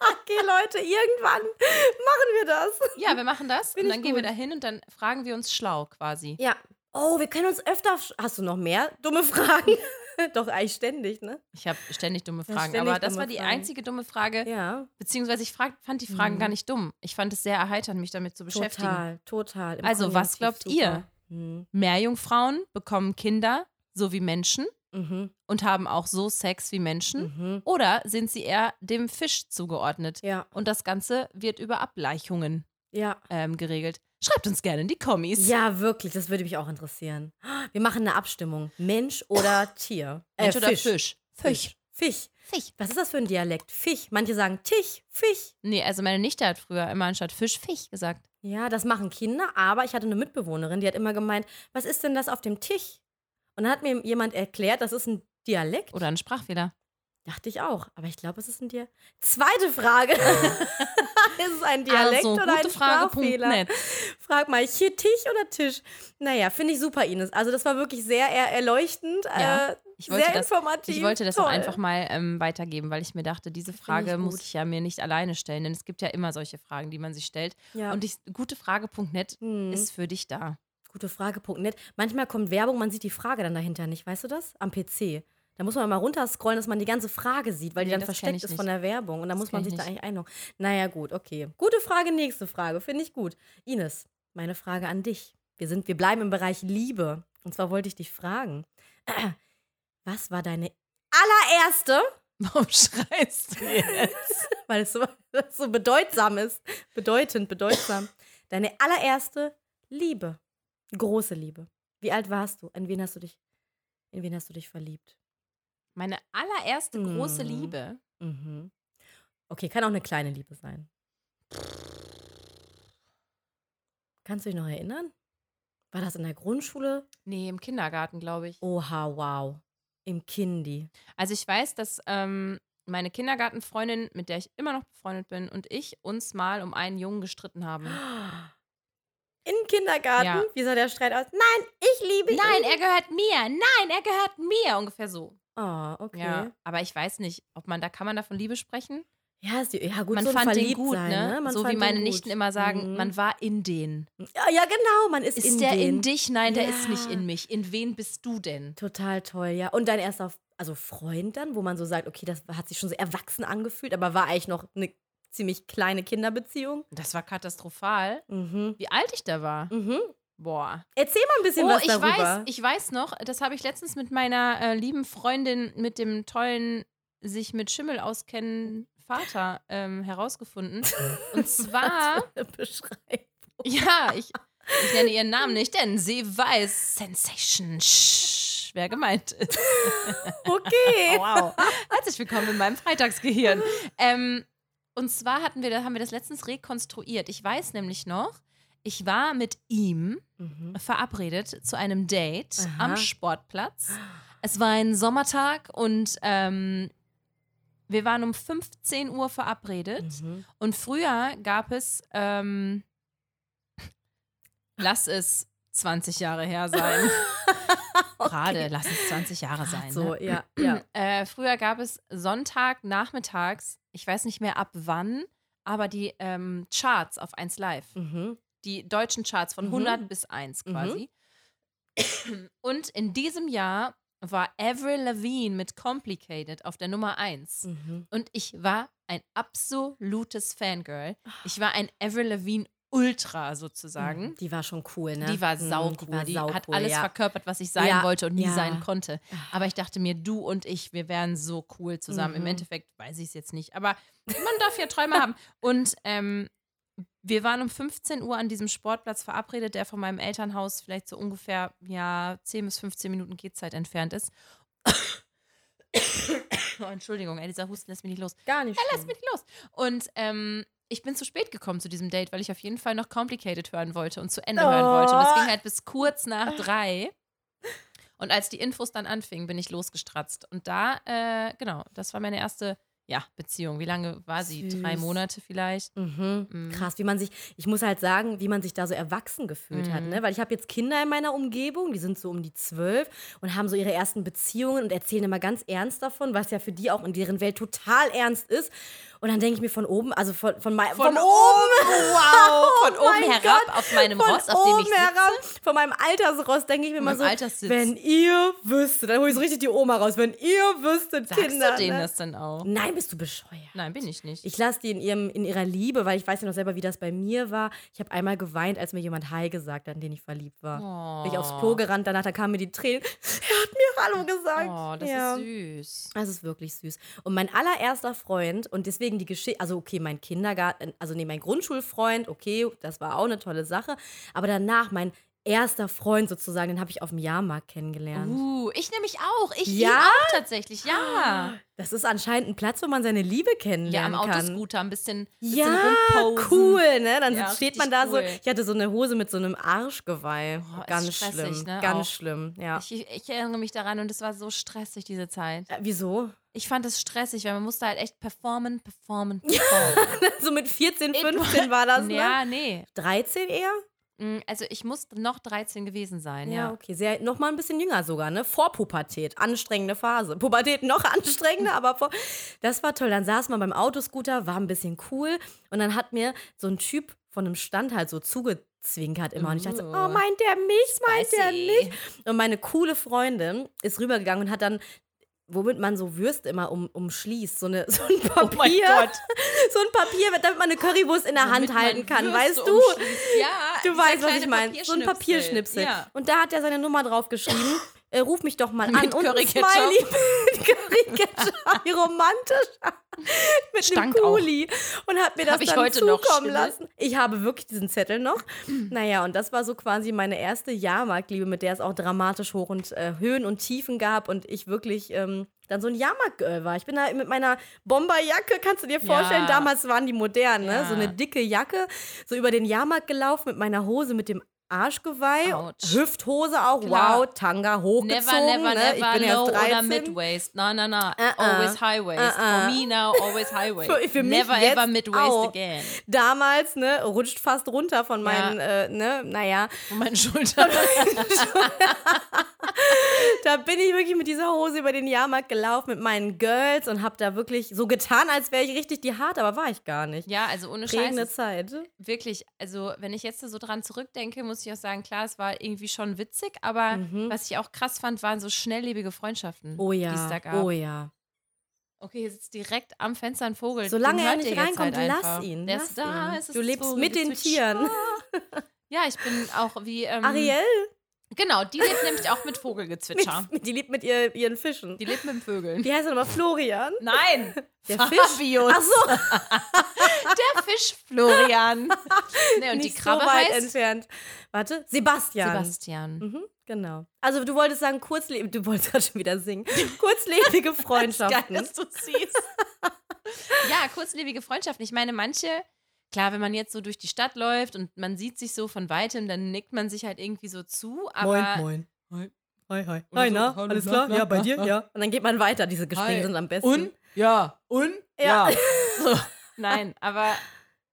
S1: okay, Leute, irgendwann machen wir das.
S2: Ja, wir machen das
S1: Find
S2: und
S1: ich
S2: dann gehen wir
S1: gut.
S2: da hin und dann fragen wir uns schlau quasi.
S1: Ja. Oh, wir können uns öfter. sch- Hast du noch mehr dumme Fragen? Doch, eigentlich ständig, ne?
S2: Ich habe ständig dumme
S1: Ja,
S2: Fragen,
S1: ständig
S2: aber das
S1: dumme
S2: war die
S1: Fragen.
S2: einzige dumme Frage,
S1: Ja.
S2: beziehungsweise ich frag, fand die Fragen
S1: Mhm.
S2: gar nicht dumm. Ich fand es sehr erheiternd, mich damit zu beschäftigen.
S1: Total, total. Im
S2: Also, was
S1: Konjunktiv
S2: glaubt ihr?
S1: super. Hm.
S2: Meerjungfrauen bekommen Kinder, so wie Menschen,
S1: Mhm.
S2: und haben auch so Sex wie Menschen?
S1: Mhm.
S2: Oder sind sie eher dem Fisch zugeordnet?
S1: Ja,
S2: Und das Ganze wird über Ableichungen
S1: ja.
S2: ähm, geregelt. Schreibt uns gerne in die Kommis.
S1: Ja, wirklich, das würde mich auch interessieren. Wir machen eine Abstimmung. Mensch oder Tier?
S2: Mensch
S1: Äh,
S2: oder Fisch?
S1: Fisch. Fisch.
S2: Fisch.
S1: Was ist das für ein Dialekt? Fisch. Manche sagen Tich, Fisch.
S2: Nee, also meine Nichte hat früher immer anstatt Fisch Fisch gesagt.
S1: Ja, das machen Kinder, aber ich hatte eine Mitbewohnerin, die hat immer gemeint, was ist denn das auf dem Tisch? Und dann hat mir jemand erklärt, das ist ein Dialekt.
S2: Oder ein Sprachfehler.
S1: Dachte ich auch, aber ich glaube, es ist ein Dialekt. Zweite Frage. ist es ein Dialekt
S2: Oh. also,
S1: oder ein
S2: gute Frage, Punkt
S1: Sprachfehler?
S2: net.
S1: Frag mal, hier Tisch oder Tisch? Naja, finde ich super, Ines. Also das war wirklich sehr er- erleuchtend,
S2: Ja,
S1: äh,
S2: ich wollte
S1: sehr
S2: das-
S1: informativ.
S2: Ich wollte das
S1: Toll.
S2: auch einfach mal ähm, weitergeben, weil ich mir dachte, diese Frage
S1: ich
S2: muss
S1: gut.
S2: ich ja mir nicht alleine stellen, denn es gibt ja immer solche Fragen, die man sich stellt.
S1: Ja.
S2: Und ich, gutefrage.net
S1: hm.
S2: ist für dich da.
S1: Gute Frage.net. Manchmal kommt Werbung, man sieht die Frage dann dahinter nicht, weißt du das? Am PC. Da muss man mal runterscrollen, dass man die ganze Frage sieht, weil die
S2: Nee,
S1: dann
S2: das
S1: versteckt
S2: kenn
S1: ist
S2: ich
S1: von
S2: nicht.
S1: der Werbung. Und da
S2: Das
S1: muss man
S2: kenn
S1: sich
S2: ich
S1: da
S2: nicht.
S1: eigentlich einloggen. Naja, gut, okay. Gute Frage, nächste Frage. Finde ich gut. Ines, meine Frage an dich. Wir, sind, wir bleiben im Bereich Liebe. Und zwar wollte ich dich fragen, äh, was war deine allererste,
S2: Warum schreist du jetzt?
S1: weil es so, weil es so bedeutsam ist, bedeutend, bedeutsam, deine allererste Liebe, große Liebe. Wie alt warst du? In wen hast du dich, in wen hast du dich verliebt?
S2: Meine allererste große
S1: Mhm.
S2: Liebe.
S1: Mhm. Okay, kann auch eine kleine Liebe sein. Kannst du dich noch erinnern? War das in der Grundschule?
S2: Nee, im Kindergarten, glaube ich.
S1: Oha, wow. Im Kindi.
S2: Also ich weiß, dass ähm, meine Kindergartenfreundin, mit der ich immer noch befreundet bin, und ich uns mal um einen Jungen gestritten haben.
S1: Im Kindergarten?
S2: Ja.
S1: Wie sah der Streit aus? Nein, ich liebe ihn.
S2: Nein, er gehört mir. Nein, er gehört mir. Ungefähr so.
S1: Oh, okay.
S2: Ja,
S1: Ja,
S2: aber ich weiß nicht, ob man da kann man da von Liebe sprechen.
S1: ist die- ja gut,
S2: man
S1: so ein
S2: fand den
S1: verliebt
S2: gut,
S1: sein,
S2: ne?
S1: Man
S2: so wie
S1: fand den
S2: meine
S1: gut.
S2: Nichten immer sagen,
S1: Mhm.
S2: man war in den.
S1: ja, ja, genau, man ist,
S2: Ist
S1: in
S2: der
S1: den.
S2: in dich? Nein, der ist nicht
S1: Ja.
S2: in mich. In wen bist du denn?
S1: Total toll, ja. Und dein erster also Freund dann, wo man so sagt, okay, das hat sich schon so erwachsen angefühlt, aber war eigentlich noch eine ziemlich kleine Kinderbeziehung.
S2: Das war katastrophal.
S1: Mhm.
S2: Wie alt ich da war.
S1: Mhm.
S2: Boah.
S1: Erzähl mal ein bisschen
S2: Oh,
S1: was
S2: ich
S1: darüber.
S2: weiß, ich weiß noch, das habe ich letztens mit meiner äh, lieben Freundin, mit dem tollen, sich mit Schimmel auskennen Vater ähm, herausgefunden. Und zwar.
S1: Eine Beschreibung.
S2: Ja, ich, ich nenne ihren Namen nicht, denn sie weiß Sensation. Shh, wer gemeint ist.
S1: Okay.
S2: Wow. Herzlich willkommen in meinem Freitagsgehirn. Ähm, und zwar hatten wir, da haben wir das letztens rekonstruiert. Ich weiß nämlich noch, ich war mit ihm
S1: Mhm.
S2: verabredet zu einem Date
S1: Aha.
S2: am Sportplatz. Es war ein Sommertag und ähm, wir waren um 15 Uhr verabredet.
S1: Mhm.
S2: Und früher gab es, ähm, lass es 20 Jahre her sein. Gerade, lass es 20 Jahre sein.
S1: So,
S2: ne?
S1: ja, ja.
S2: äh, früher gab es Sonntag, nachmittags, ich weiß nicht mehr ab wann, aber die ähm, Charts auf 1 Live.
S1: Mhm.
S2: Die deutschen Charts von
S1: Mhm.
S2: 100 bis 1 quasi. Und in diesem Jahr war Avril Lavigne mit Complicated auf der Nummer 1.
S1: Mhm.
S2: Und ich war ein absolutes Fangirl.
S1: Ah.
S2: Ich war ein Avril Lavigne Ultra sozusagen.
S1: Die war schon cool, ne?
S2: Die war
S1: Mhm,
S2: saucool.
S1: Die
S2: Die,
S1: war saucool,
S2: hat alles
S1: ja.
S2: verkörpert, was ich sein
S1: Ja,
S2: wollte und nie
S1: ja.
S2: sein konnte. Aber ich dachte mir, du und ich, wir wären so cool zusammen. Im
S1: Mhm.
S2: Endeffekt weiß ich es jetzt nicht. Aber man darf ja Träume haben. Und ähm, wir waren um 15 Uhr an diesem Sportplatz verabredet, der von meinem Elternhaus vielleicht so ungefähr ja, 10 bis 15 Minuten Gehzeit entfernt ist. Oh, Entschuldigung, ey, dieser Husten lässt mich nicht los.
S1: Gar nicht.
S2: Ja, lass
S1: schlimm.
S2: mich los. Und ähm, ich bin zu spät gekommen zu diesem Date, weil ich auf jeden Fall noch Complicated hören wollte und zu Ende hören
S1: Oh. Ah.
S2: wollte. Und das ging halt bis kurz nach drei. Und als die Infos dann anfingen, bin ich losgestratzt. Und da, äh, genau, das war meine erste ja, Beziehung. Wie lange war sie?
S1: Süß.
S2: Drei Monate vielleicht.
S1: Mhm.
S2: Mhm.
S1: Krass, wie man sich, ich muss halt sagen, wie man sich da so erwachsen gefühlt hat,
S2: Mhm.
S1: ne? Weil ich habe jetzt Kinder in meiner Umgebung, die sind so um die zwölf und haben so ihre ersten Beziehungen und erzählen immer ganz ernst davon, was ja für die auch in deren Welt total ernst ist. Und dann denke ich mir von oben, also von, von, mei- von,
S2: Wow! Von
S1: Oh
S2: oben
S1: mein
S2: herab
S1: Gott.
S2: auf meinem
S1: von
S2: Ross, auf dem ich
S1: oben
S2: sitze.
S1: herab, von meinem Altersross denke ich mir immer
S2: meinem
S1: so,
S2: Alterssitz.
S1: wenn ihr wüsstet, dann hole ich so richtig die Oma raus, wenn ihr wüsstet,
S2: Sagst
S1: Kinder.
S2: du denen
S1: ne?
S2: das dann auch?
S1: Nein, bist du bescheuert.
S2: Nein, bin ich nicht.
S1: Ich lasse die in, ihrem, in ihrer Liebe, weil ich weiß ja noch selber, wie das bei mir war. Ich habe einmal geweint, als mir jemand Hi gesagt hat, an den ich verliebt war.
S2: oh.
S1: Bin ich aufs Klo gerannt, danach da kamen mir die Tränen. Er hat mir Hallo gesagt.
S2: Oh, das
S1: ja.
S2: ist süß.
S1: Das ist wirklich süß. Und mein allererster Freund und deswegen die Geschichte, also okay, mein Kindergarten, also nee, mein Grundschulfreund, okay, das war auch eine tolle Sache. Aber danach mein erster Freund sozusagen, den habe ich auf dem Jahrmarkt kennengelernt.
S2: Uh, ich nämlich auch. Ich ihn
S1: Ja? Ah.
S2: auch tatsächlich, ja.
S1: Das ist anscheinend ein Platz, wo man seine Liebe
S2: Ja, am
S1: kennenlernen kann.
S2: Autoscooter ein bisschen, bisschen
S1: Ja,
S2: rumposen.
S1: cool, ne? Dann
S2: Ja,
S1: sitzt- steht
S2: richtig
S1: man da so.
S2: cool.
S1: Ich hatte so eine Hose mit so einem Arschgeweih.
S2: Boah, ist
S1: ganz
S2: stressig,
S1: schlimm,
S2: ne?
S1: ganz
S2: Auch.
S1: schlimm, ja.
S2: Ich, ich erinnere mich daran und es war so stressig, diese Zeit.
S1: Äh, wieso?
S2: Ich fand es stressig, weil man musste halt echt performen, performen, performen.
S1: so mit 14,
S2: It
S1: 15 war das, ne?
S2: ja, nee.
S1: 13 eher?
S2: Mm, Also ich muss noch 13 gewesen sein, ja.
S1: okay. Sehr, noch mal ein bisschen jünger sogar, ne? Vor Pubertät. Anstrengende Phase. Pubertät noch anstrengender, aber vor. Das war toll. Dann saß man beim Autoscooter, war ein bisschen cool. Und dann hat mir so ein Typ von einem Stand halt so zugezwinkert immer. Und ich dachte, so,
S2: Uh.
S1: oh, meint der mich? Meint der
S2: Spicy.
S1: mich? Und meine coole Freundin ist rübergegangen und hat dann womit man so Würste immer um, umschließt. So, eine, so ein
S2: Oh mein
S1: Papier.
S2: Gott.
S1: so ein Papier, damit man eine Currywurst in der
S2: Damit
S1: Hand halten
S2: man
S1: kann,
S2: Würste
S1: weißt du?
S2: umschließt. Ja,
S1: Du
S2: dieser
S1: weißt, was
S2: kleine
S1: ich meine. So ein Papierschnipsel.
S2: Ja.
S1: Und da hat er seine Nummer drauf geschrieben. Äh, ruf mich doch mal an.
S2: Mit
S1: Und ein
S2: Curry-Ketchup.
S1: Smiley mit Curry Ketchup. Wie romantisch. mit
S2: Stank
S1: einem
S2: auch.
S1: Kuli. Und hat mir das
S2: Hab ich
S1: dann
S2: heute noch
S1: zukommen
S2: Schimmel?
S1: lassen. Ich habe wirklich diesen Zettel noch. naja, und das war so quasi meine erste Jahrmarktliebe, mit der es auch dramatisch hoch und äh, Höhen und Tiefen gab. Und ich wirklich... Ähm, dann so ein Jahrmarkt-Girl war. Ich bin da mit meiner Bomberjacke, kannst du dir vorstellen,
S2: Ja.
S1: damals waren die modern, ne?
S2: Ja.
S1: So eine dicke Jacke, so über den Jahrmarkt gelaufen mit meiner Hose, mit dem Arschgeweih,
S2: Autsch.
S1: Hüfthose auch,
S2: Klar.
S1: wow, Tanga hochgezogen.
S2: Never, never,
S1: ne? ich
S2: never
S1: bin
S2: low
S1: erst 13.
S2: oder mid-waist. Na, na, na.
S1: Uh-uh.
S2: Always high-waist.
S1: Uh-uh.
S2: For me now, always high-waist.
S1: Für- für mich
S2: never
S1: jetzt
S2: ever mid-waist
S1: auch.
S2: again.
S1: Damals, ne, rutscht fast runter von meinen, äh, ne, naja.
S2: Und meine Schulter.
S1: Da bin ich wirklich mit dieser Hose über den Jahrmarkt gelaufen mit meinen Girls und hab da wirklich so getan, als wäre ich richtig die Hart, aber war ich gar nicht.
S2: ja, also ohne Scheiß.
S1: Regende
S2: es-
S1: Zeit.
S2: Wirklich, also wenn ich jetzt so dran zurückdenke, muss ich auch sagen, klar, es war irgendwie schon witzig, aber was ich auch krass fand, waren so schnelllebige Freundschaften,
S1: Mhm. Oh
S2: die es da
S1: ja,
S2: gab.
S1: oh ja.
S2: Okay, hier sitzt direkt am Fenster ein Vogel.
S1: Solange
S2: Den
S1: er
S2: hört
S1: nicht
S2: ihr jetzt
S1: reinkommt,
S2: halt
S1: lass
S2: einfach.
S1: ihn.
S2: Der
S1: Lass
S2: ist da,
S1: ihn.
S2: es ist
S1: du lebst
S2: so Mhm.
S1: mit den
S2: gezwitscher.
S1: Tieren.
S2: Ja, ich bin auch wie. Ähm,
S1: Ariel,
S2: Genau, die lebt nämlich auch mit Vogelgezwitscher.
S1: mit, die lebt mit ihr, ihren Fischen.
S2: Die lebt mit dem Vögeln.
S1: Wie heißt er nochmal? Florian?
S2: Nein!
S1: Der
S2: Fabius.
S1: Ach so,
S2: Der Fisch Florian. Nee, und
S1: nicht
S2: die Krabbe
S1: so weit
S2: heißt
S1: entfernt. Warte, Sebastian.
S2: Sebastian.
S1: Mhm, genau. Also du wolltest sagen, kurzlebig, du wolltest gerade schon wieder singen. Kurzlebige Freundschaften.
S2: du siehst. ja, kurzlebige Freundschaften. Ich meine, manche, klar, wenn man jetzt so durch die Stadt läuft und man sieht sich so von weitem, dann nickt man sich halt irgendwie so zu. Aber
S1: moin. Hi. Hi, hi.
S2: Oder so, hallo, na, na, na, na.
S1: Ja. Und dann geht man weiter, diese Gespräche
S2: Hi.
S1: sind am besten.
S2: Und? Ja. Und?
S1: Ja.
S2: Nein, aber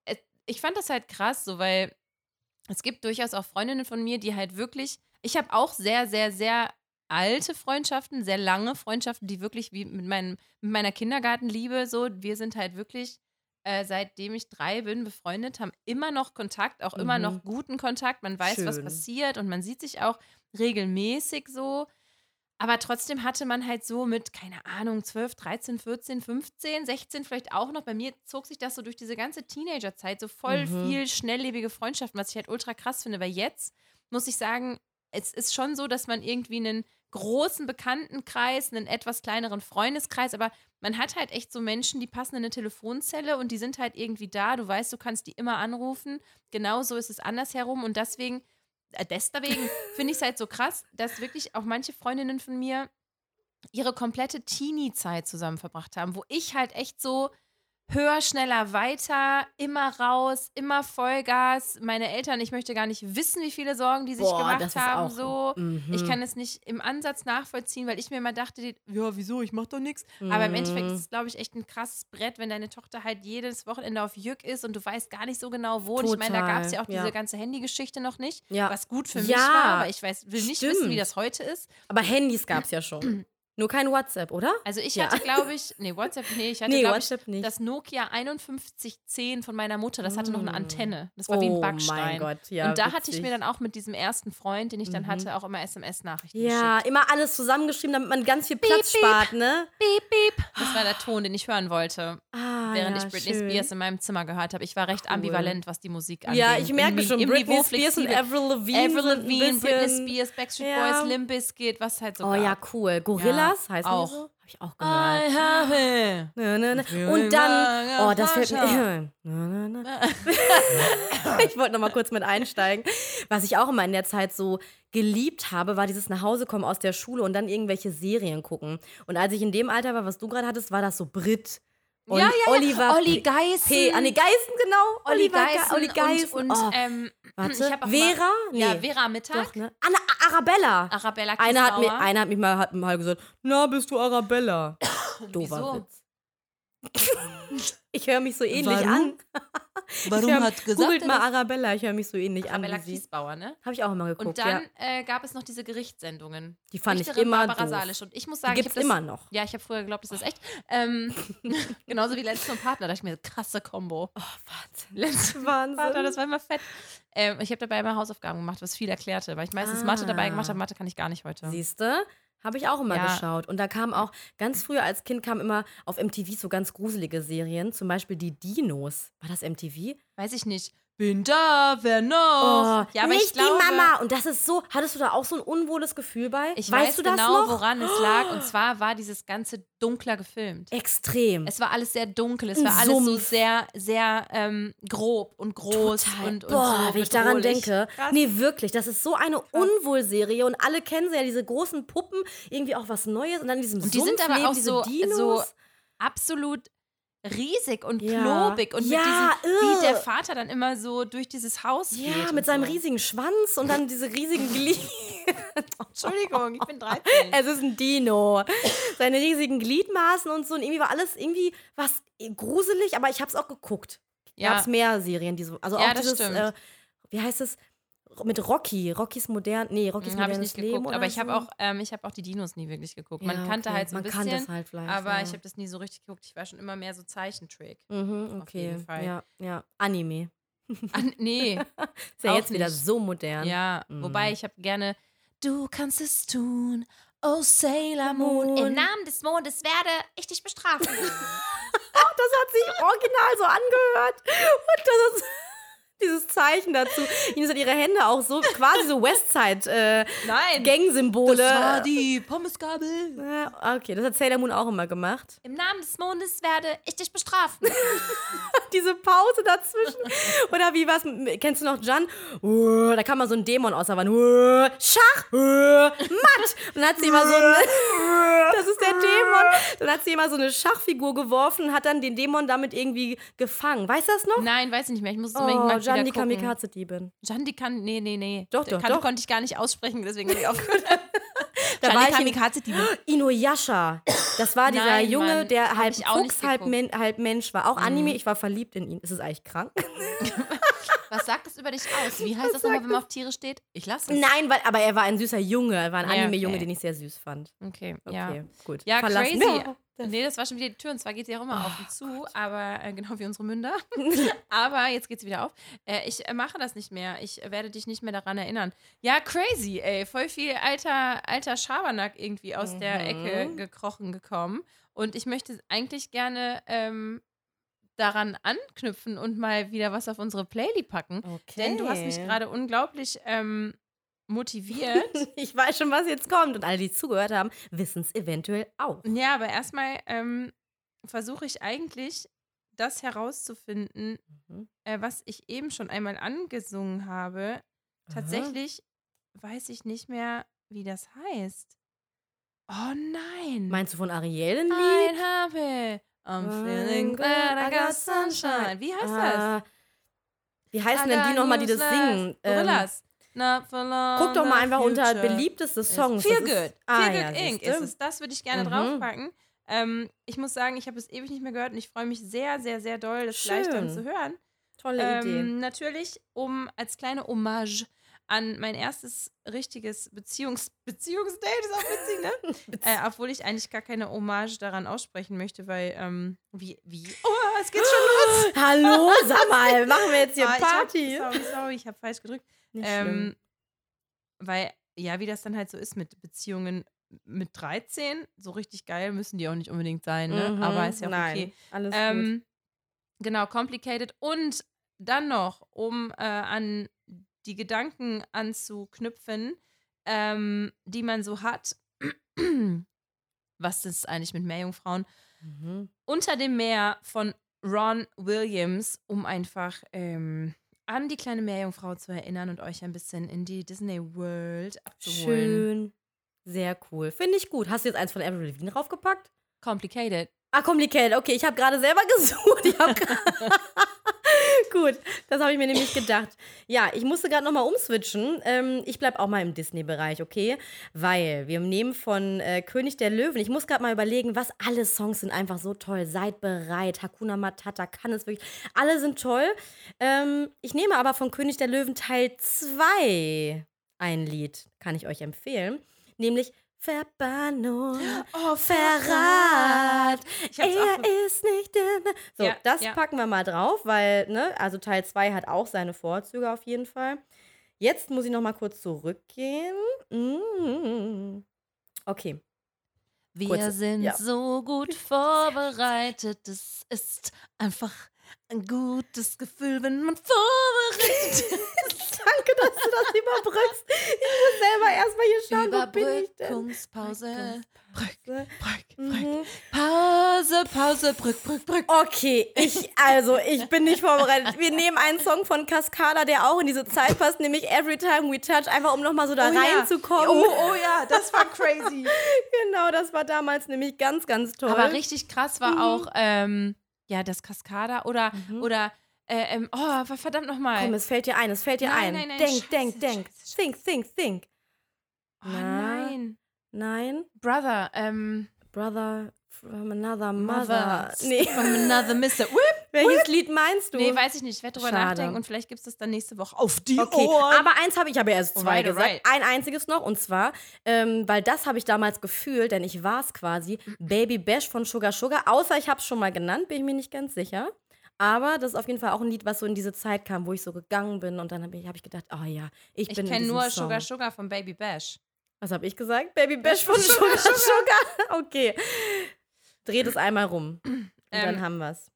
S2: es- ich fand das halt krass, so weil es gibt durchaus auch Freundinnen von mir, die halt wirklich, ich habe auch sehr, sehr, sehr alte Freundschaften, sehr lange Freundschaften, die wirklich wie mit, meinem, mit meiner Kindergartenliebe so, wir sind halt wirklich, äh, seitdem ich drei bin, befreundet, haben immer noch Kontakt, auch immer
S1: Mhm.
S2: noch guten Kontakt, man weiß, was
S1: Schön.
S2: passiert und man sieht sich auch regelmäßig so. Aber trotzdem hatte man halt so mit, keine Ahnung, 12, 13, 14, 15, 16 vielleicht auch noch. Bei mir zog sich das so durch diese ganze Teenagerzeit so voll
S1: Mhm.
S2: viel schnelllebige Freundschaften, was ich halt ultra krass finde. Weil jetzt muss ich sagen, es ist schon so, dass man irgendwie einen großen Bekanntenkreis, einen etwas kleineren Freundeskreis, aber man hat halt echt so Menschen, die passen in eine Telefonzelle und die sind halt irgendwie da. Du weißt, du kannst die immer anrufen. Genauso genau ist es andersherum und deswegen äh, deswegen finde ich es halt so krass, dass wirklich auch manche Freundinnen von mir ihre komplette Teenie-Zeit zusammen verbracht haben, wo ich halt echt so höher, schneller, weiter, immer raus, immer Vollgas. Meine Eltern, ich möchte gar nicht wissen, wie viele Sorgen die sich
S1: Boah,
S2: gemacht
S1: das ist
S2: haben.
S1: auch-
S2: so.
S1: Mhm.
S2: Ich kann es nicht im Ansatz nachvollziehen, weil ich mir immer dachte, die- ja, wieso, ich mach doch nichts. Aber im
S1: Mhm.
S2: Endeffekt ist es, glaube ich, echt ein krasses Brett, wenn deine Tochter halt jedes Wochenende auf Jück ist und du weißt gar nicht so genau, wo. Und ich meine, da
S1: Total,
S2: gab es ja auch diese
S1: ja.
S2: ganze Handygeschichte noch nicht,
S1: Ja.
S2: was gut für mich
S1: Ja,
S2: war, aber ich weiß, will nicht wissen, wie
S1: stimmt.
S2: das heute ist.
S1: Aber Handys gab es ja schon. Nur kein WhatsApp, oder?
S2: Also ich
S1: Ja.
S2: hatte, glaube ich, nee, WhatsApp, nee, ich hatte,
S1: nee,
S2: glaube ich,
S1: WhatsApp nicht.
S2: das Nokia 5110 von meiner Mutter, das hatte noch eine
S1: Mm.
S2: Antenne. Das war wie ein
S1: oh
S2: Backstein.
S1: mein Gott, ja.
S2: und da hatte ich
S1: witzig.
S2: mir dann auch mit diesem ersten Freund, den ich dann
S1: Mhm.
S2: hatte, auch immer SMS-Nachrichten
S1: Ja,
S2: geschickt.
S1: immer alles zusammengeschrieben, damit man ganz viel
S2: Piep,
S1: Platz
S2: piep.
S1: spart, ne?
S2: Beep, beep. Das war der Ton, den ich hören wollte.
S1: Ah,
S2: während
S1: ja,
S2: ich Britney
S1: schön.
S2: Spears in meinem Zimmer gehört habe. Ich war recht
S1: Cool.
S2: ambivalent, was die Musik angeht.
S1: Ja, ich merke schon, Britney Spears und
S2: flexibel.
S1: Avril Lavigne.
S2: Avril
S1: sind ein
S2: Lavigne, Britney
S1: bisschen-
S2: Spears, Backstreet
S1: Ja.
S2: Boys, Limp Bizkit, was halt so
S1: Oh
S2: gab.
S1: ja, cool. Gorillas
S2: Ja,
S1: heißen
S2: auch.
S1: die so? Hab ich auch gehört.
S2: I have it.
S1: Nö, nö, nö.
S2: Feeling
S1: Und dann,
S2: like a
S1: oh, das fällt
S2: Flasher.
S1: mir. Nö, nö, nö. Ich wollte noch mal kurz mit einsteigen. Was ich auch immer in der Zeit so geliebt habe, war dieses Nachhausekommen aus der Schule und dann irgendwelche Serien gucken. Und als ich in dem Alter war, was du gerade hattest, war das so Brit. Oli-
S2: ja, ja, ja.
S1: Oliver
S2: Olli
S1: P.
S2: Geissen.
S1: P. Ah, nee, Geißen, genau.
S2: Olli
S1: Oliver Ge-
S2: Geissen.
S1: Olli Geissen.
S2: Und, und
S1: oh,
S2: ähm,
S1: warte.
S2: ich hab auch
S1: Vera?
S2: Mal, ja,
S1: nee.
S2: Vera Mittag.
S1: Doch, ne? Anna, Arabella.
S2: Arabella
S1: Einer hat, mir,
S2: Kiesbauer.
S1: einer hat mich mal, hat mal gesagt, na, bist du Arabella? Dover
S2: Wieso?
S1: Witz. ich höre mich so ähnlich
S2: Warum?
S1: an.
S2: Warum
S1: Ich hör-
S2: hat gesagt,
S1: Googelt
S2: er
S1: mal
S2: das?
S1: Arabella, ich höre mich so ähnlich
S2: Arabella
S1: an wie sie.
S2: Kiesbauer, ne?
S1: Habe ich auch immer geguckt,
S2: Und dann
S1: ja.
S2: äh, gab es noch diese Gerichtssendungen.
S1: Die fand ich
S2: Richterin
S1: immer
S2: Barbara
S1: doof.
S2: Salisch. Und ich muss
S1: Die
S2: sagen, ich
S1: gibt's
S2: habe das
S1: immer noch.
S2: Ja, ich habe früher geglaubt, das ist echt. Ähm, genauso wie Lenz und Partner. Da dachte ich mir, krasse Kombo.
S1: Oh, Wahnsinn.
S2: Lenz und Partner,
S1: Wahnsinn.
S2: das war immer fett. Ähm, ich habe dabei immer Hausaufgaben gemacht, was viel erklärte, weil ich meistens Mathe
S1: Ah.
S2: dabei gemacht habe. Mathe kann ich gar nicht heute.
S1: Siehst du? Habe ich auch immer
S2: Ja.
S1: geschaut. Und da kam auch, ganz früher als Kind kam immer auf MTV so ganz gruselige Serien, zum Beispiel die Dinos. War das MTV?
S2: Weiß ich nicht. Bin da, wer noch? Oh, ja, aber
S1: Oh, nicht
S2: ich glaube,
S1: die Mama. Und das ist so, hattest du da auch so ein unwohles Gefühl bei?
S2: Ich
S1: weißt
S2: weiß
S1: du das
S2: genau,
S1: noch?
S2: woran es lag. Und zwar war dieses ganze dunkler gefilmt.
S1: Extrem.
S2: Es war alles sehr dunkel, es
S1: Ein
S2: war alles so
S1: Sumpf.
S2: sehr, sehr ähm, grob und groß
S1: Total.
S2: und, und
S1: Boah,
S2: so
S1: wenn ich daran
S2: bedrohlich.
S1: denke.
S2: Krass.
S1: Nee, wirklich, das ist so eine Unwohlserie und alle kennen sie ja, diese großen Puppen, irgendwie auch was Neues und dann in diesem
S2: Und die
S1: Sumpf
S2: sind aber
S1: leben
S2: auch
S1: diese
S2: so- äh,
S1: Dinos.
S2: so Absolut riesig und
S1: Ja.
S2: klobig und
S1: Ja,
S2: mit diesem,
S1: irr.
S2: wie der Vater dann immer so durch dieses Haus geht.
S1: ja,
S2: und
S1: mit seinem
S2: so.
S1: riesigen Schwanz und dann diese riesigen Glieder.
S2: Entschuldigung, ich bin 13.
S1: Es ist ein Dino. Seine riesigen Gliedmaßen und so. Und irgendwie war alles irgendwie was äh, gruselig, aber ich habe es auch geguckt. Ja.
S2: ja,
S1: Gab
S2: mhm,
S1: es mehr Serien, die so. Also
S2: Ja,
S1: auch
S2: das
S1: dieses,
S2: stimmt.
S1: äh, wie heißt es? Mit Rocky. Rockys modern. Nee, Rockys
S2: habe Hm, ich
S1: modernes
S2: nicht
S1: Leben.
S2: geguckt,
S1: oder
S2: aber ich habe
S1: so.
S2: auch, ähm, ich habe auch die Dinos nie wirklich geguckt. Man
S1: Ja,
S2: kannte
S1: okay.
S2: halt so ein
S1: Man
S2: bisschen,
S1: kann das halt vielleicht.
S2: aber
S1: ja.
S2: ich habe das nie so richtig geguckt. Ich war schon immer mehr so Zeichentrick.
S1: Mhm, okay.
S2: auf jeden Fall.
S1: Ja, ja. Anime.
S2: Ah, nee,
S1: Ist ja
S2: Auch
S1: jetzt wieder
S2: nicht.
S1: so modern.
S2: Ja,
S1: Mhm.
S2: wobei ich habe gerne Du kannst es tun, oh Sailor Moon.
S1: Moon.
S2: Im Namen des Mondes werde ich dich bestrafen.
S1: Das hat sich im original so angehört. Und das ist dieses Zeichen dazu. Ines hat ihre Hände auch so quasi so Westside äh,
S2: Nein,
S1: Gang-Symbole.
S2: die Pommesgabel.
S1: Ja, Okay, das hat Sailor Moon auch immer gemacht.
S2: Im Namen des Mondes werde ich dich bestrafen.
S1: Diese Pause dazwischen. Oder wie was? Kennst du noch Jan? Uh, Da kam mal so ein Dämon aus, da war ein uh, Schach, uh, Matt. Und dann hat sie immer so ein, das ist der Dämon. Dann hat sie immer so eine Schachfigur geworfen und hat dann den Dämon damit irgendwie gefangen. Weißt du das noch?
S2: Nein, weiß ich nicht mehr. Ich muss es unbedingt
S1: Oh,
S2: mal wieder
S1: Jan, die
S2: gucken.
S1: Kamikaze-Diebin.
S2: Jan, die kann, nee, nee, nee.
S1: Doch, doch,
S2: kann,
S1: doch.
S2: Konnte ich gar nicht aussprechen, deswegen habe ich aufgehört.
S1: Da
S2: Jan, die
S1: war ich in-
S2: Kamikaze, die
S1: Inuyasha. Das war dieser
S2: Nein,
S1: Junge,
S2: Mann,
S1: der
S2: hab
S1: halb
S2: ich auch nicht
S1: Fuchs, halb, Men halb Mensch war. Auch Anime, ich war verliebt in ihn. Ist es eigentlich krank?
S2: Was sagt das über dich aus? Wie heißt das nochmal, wenn man auf Tiere steht? Ich lasse es.
S1: Nein, weil, aber er war ein süßer Junge. Er war ein
S2: Ja,
S1: Anime-Junge,
S2: okay.
S1: den ich sehr süß fand.
S2: Okay, ja.
S1: Mm. Okay, gut.
S2: Ja,
S1: Verlassen.
S2: crazy.
S1: Ja.
S2: Nee, das war schon wieder die Tür. Und zwar geht sie ja auch immer auf
S1: Oh
S2: und zu, aber äh, genau wie unsere Münder. aber jetzt geht sie wieder auf. Äh, ich äh, mache das nicht mehr. Ich äh, werde dich nicht mehr daran erinnern. Ja, crazy, ey. Voll viel alter, alter Schabernack irgendwie aus der
S1: Mhm.
S2: Ecke gekrochen gekommen. Und ich möchte eigentlich gerne ähm, daran anknüpfen und mal wieder was auf unsere Playlist packen.
S1: Okay.
S2: Denn du hast mich gerade unglaublich ähm, motiviert.
S1: Ich weiß schon, was jetzt kommt. Und alle, die zugehört haben, wissen es eventuell auch.
S2: Ja, aber erstmal ähm, versuche ich eigentlich, das herauszufinden,
S1: Mhm.
S2: äh, was ich eben schon einmal angesungen habe. Tatsächlich weiß ich nicht mehr, wie das heißt. Oh nein!
S1: Aha. Meinst du von Ariel ein Lied?
S2: Ein Habe! I'm feeling glad I got sunshine. Wie heißt das?
S1: Ah. Wie heißen denn
S2: I
S1: die
S2: got
S1: nochmal, die das
S2: new
S1: singen? Ähm,
S2: Gorillas. Not for long,
S1: Guck doch mal
S2: the
S1: einfach unter
S2: future
S1: beliebteste
S2: ist
S1: Songs.
S2: Feel
S1: Das
S2: Good.
S1: ist-
S2: Feel
S1: Ah,
S2: Good
S1: ja,
S2: Inc.
S1: siehste.
S2: ist es. Das würde ich gerne
S1: Mhm.
S2: draufpacken. Ähm, ich muss sagen, ich habe es ewig nicht mehr gehört und ich freue mich sehr, sehr, sehr doll, das gleich dann
S1: Schön.
S2: zu hören.
S1: Tolle Idee.
S2: Ähm, natürlich, um als kleine Hommage an mein erstes richtiges Beziehungs Beziehungsdate ist auch witzig, ne? äh, obwohl ich eigentlich gar keine Hommage daran aussprechen möchte, weil ähm, wie wie oh, es geht schon los.
S1: Hallo, sag mal, machen wir jetzt hier
S2: Ah, ich hab-
S1: Party?
S2: sorry, sorry, ich habe falsch gedrückt.
S1: Nicht schlimm.
S2: Ähm, weil, ja, wie das dann halt so ist mit Beziehungen mit 13, so richtig geil müssen die auch nicht unbedingt sein, ne?
S1: Mhm,
S2: aber ist ja auch
S1: Nein,
S2: okay.
S1: Alles gut.
S2: Ähm, genau, complicated. Und dann noch, um äh, an die Gedanken anzuknüpfen, ähm, die man so hat, was ist eigentlich mit Meerjungfrauen?
S1: Mhm.
S2: Unter dem Meer von Ron Williams, um einfach ähm, an die kleine Meerjungfrau zu erinnern und euch ein bisschen in die Disney World abzuholen.
S1: Schön. Sehr cool. Finde ich gut. Hast du jetzt eins von Avril Lavigne raufgepackt?
S2: Complicated.
S1: Ah, complicated. Okay, ich habe gerade selber gesucht. Ich hab gra- Gut, das habe ich mir nämlich gedacht. Ja, ich musste gerade nochmal umswitchen. Ähm, ich bleibe auch mal im Disney-Bereich, okay? Weil wir nehmen von äh, König der Löwen. Ich muss gerade mal überlegen, was alle Songs sind einfach so toll. Seid bereit. Hakuna Matata kann es wirklich. Alle sind toll. Ähm, ich nehme aber von König der Löwen Teil 2 ein Lied. Kann ich euch empfehlen. Nämlich Verbannung.
S2: Oh,
S1: Verrat.
S2: Ich hab's auch ver-
S1: er ist nicht in. So,
S2: Ja,
S1: das
S2: ja.
S1: packen wir mal drauf, weil, ne, also Teil 2 hat auch seine Vorzüge auf jeden Fall. Jetzt muss ich noch mal kurz zurückgehen. Mm. Okay.
S2: Wir
S1: Kurze-
S2: sind
S1: ja.
S2: so gut vorbereitet. Es ist einfach ein gutes Gefühl, wenn man vorbereitet ist.
S1: Danke, dass du das überbrückst. Ich muss selber erstmal hier schauen, wo bin ich denn?
S2: Überbrückungspause. Brück,
S1: Brück,
S2: brück, brück.
S1: Mhm.
S2: Pause, Pause, brück, brück, brück.
S1: Okay, ich, also, ich bin nicht vorbereitet. Wir nehmen einen Song von Cascada, der auch in diese Zeit passt, nämlich Every Time We Touch, einfach um nochmal so da reinzukommen.
S3: Oh, oh ja, das war crazy.
S1: Genau, das war damals nämlich ganz, ganz toll. Mhm.
S2: Aber richtig krass war auch, ähm, ja, das Cascada oder, oder, äh, ähm, oh, war verdammt
S1: Komm,
S2: nochmal.
S1: es fällt dir ein, es fällt dir
S2: Nein,
S1: ein.
S2: nein, nein,
S1: denk,
S2: scheiße,
S1: denk, denk.
S2: scheiße,
S1: Think, think, think.
S2: Oh nein.
S1: Nein,
S2: Brother, ähm,
S1: Brother from another mother.
S2: Mother.
S1: Nee,
S2: From another Mister. Whip.
S1: welches Lied meinst du?
S2: Nee, weiß ich nicht. Ich werde drüber
S1: Schade.
S2: nachdenken und vielleicht gibt es das dann nächste Woche Oh, auf die
S1: Okay,
S2: Ohren.
S1: aber eins habe ich, ich habe ja erst zwei
S2: Alright,
S1: gesagt,
S2: alright.
S1: ein einziges noch und zwar, ähm, weil das habe ich damals gefühlt, denn ich war es quasi, Baby Bash von Sugar Sugar, außer ich habe es schon mal genannt, bin ich mir nicht ganz sicher. Aber das ist auf jeden Fall auch ein Lied, was so in diese Zeit kam, wo ich so gegangen bin und dann habe ich, hab ich gedacht, oh ja, ich,
S2: ich
S1: bin in
S2: kenne
S1: diesem
S2: nur
S1: Song.
S2: Sugar Sugar von Baby Bash.
S1: Was habe ich gesagt? Baby Bash von Sugar Sugar. Okay. Dreht es einmal rum. Und dann
S2: Ähm.
S1: haben wir es.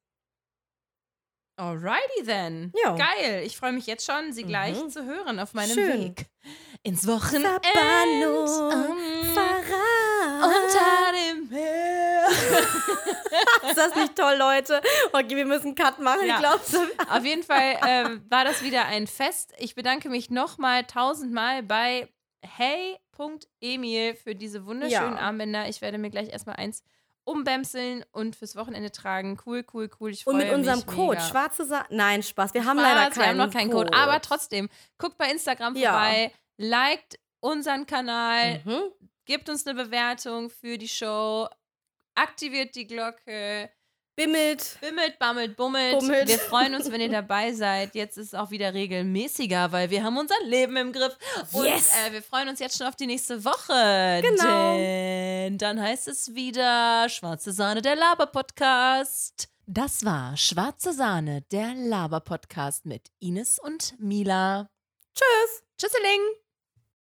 S2: Alrighty then.
S1: Ja.
S2: Geil. Ich freue mich jetzt schon, sie gleich
S1: Mhm.
S2: zu hören auf meinem
S1: Schön.
S2: Weg. Ins Wochenende. Mhm.
S1: Unter Ah.
S2: Unter dem Meer.
S1: ist das nicht toll, Leute? Okay, wir müssen Cut machen,
S2: Ja.
S1: ich glaube.
S2: Auf jeden Fall ähm, war das wieder ein Fest. Ich bedanke mich nochmal tausendmal bei hey.emil für diese wunderschönen
S1: Ja.
S2: Armbänder. Ich werde mir gleich erstmal eins umbämseln und fürs Wochenende tragen. Cool, cool, cool. Ich
S1: Und mit
S2: freue
S1: unserem
S2: mich
S1: Code,
S2: mega.
S1: schwarze Sa Nein, Spaß. Wir haben
S2: Spaß,
S1: leider keinen
S2: wir haben noch keinen Code. Aber trotzdem, guckt bei Instagram
S1: Ja.
S2: vorbei, liked unseren Kanal,
S1: Mhm.
S2: gebt uns eine Bewertung für die Show, aktiviert die Glocke.
S1: Bimmelt.
S2: Bimmelt, bammelt, bummelt.
S1: Bummelt.
S2: Wir freuen uns, wenn ihr dabei seid. Jetzt ist es auch wieder regelmäßiger, weil wir haben unser Leben im Griff. Und
S1: Yes.
S2: äh, wir freuen uns jetzt schon auf die nächste Woche.
S1: Genau.
S2: Denn dann heißt es wieder Schwarze Sahne, der Laber-Podcast. Das war Schwarze Sahne, der Laber-Podcast mit Ines und Mila.
S1: Tschüss.
S2: Tschüsseling.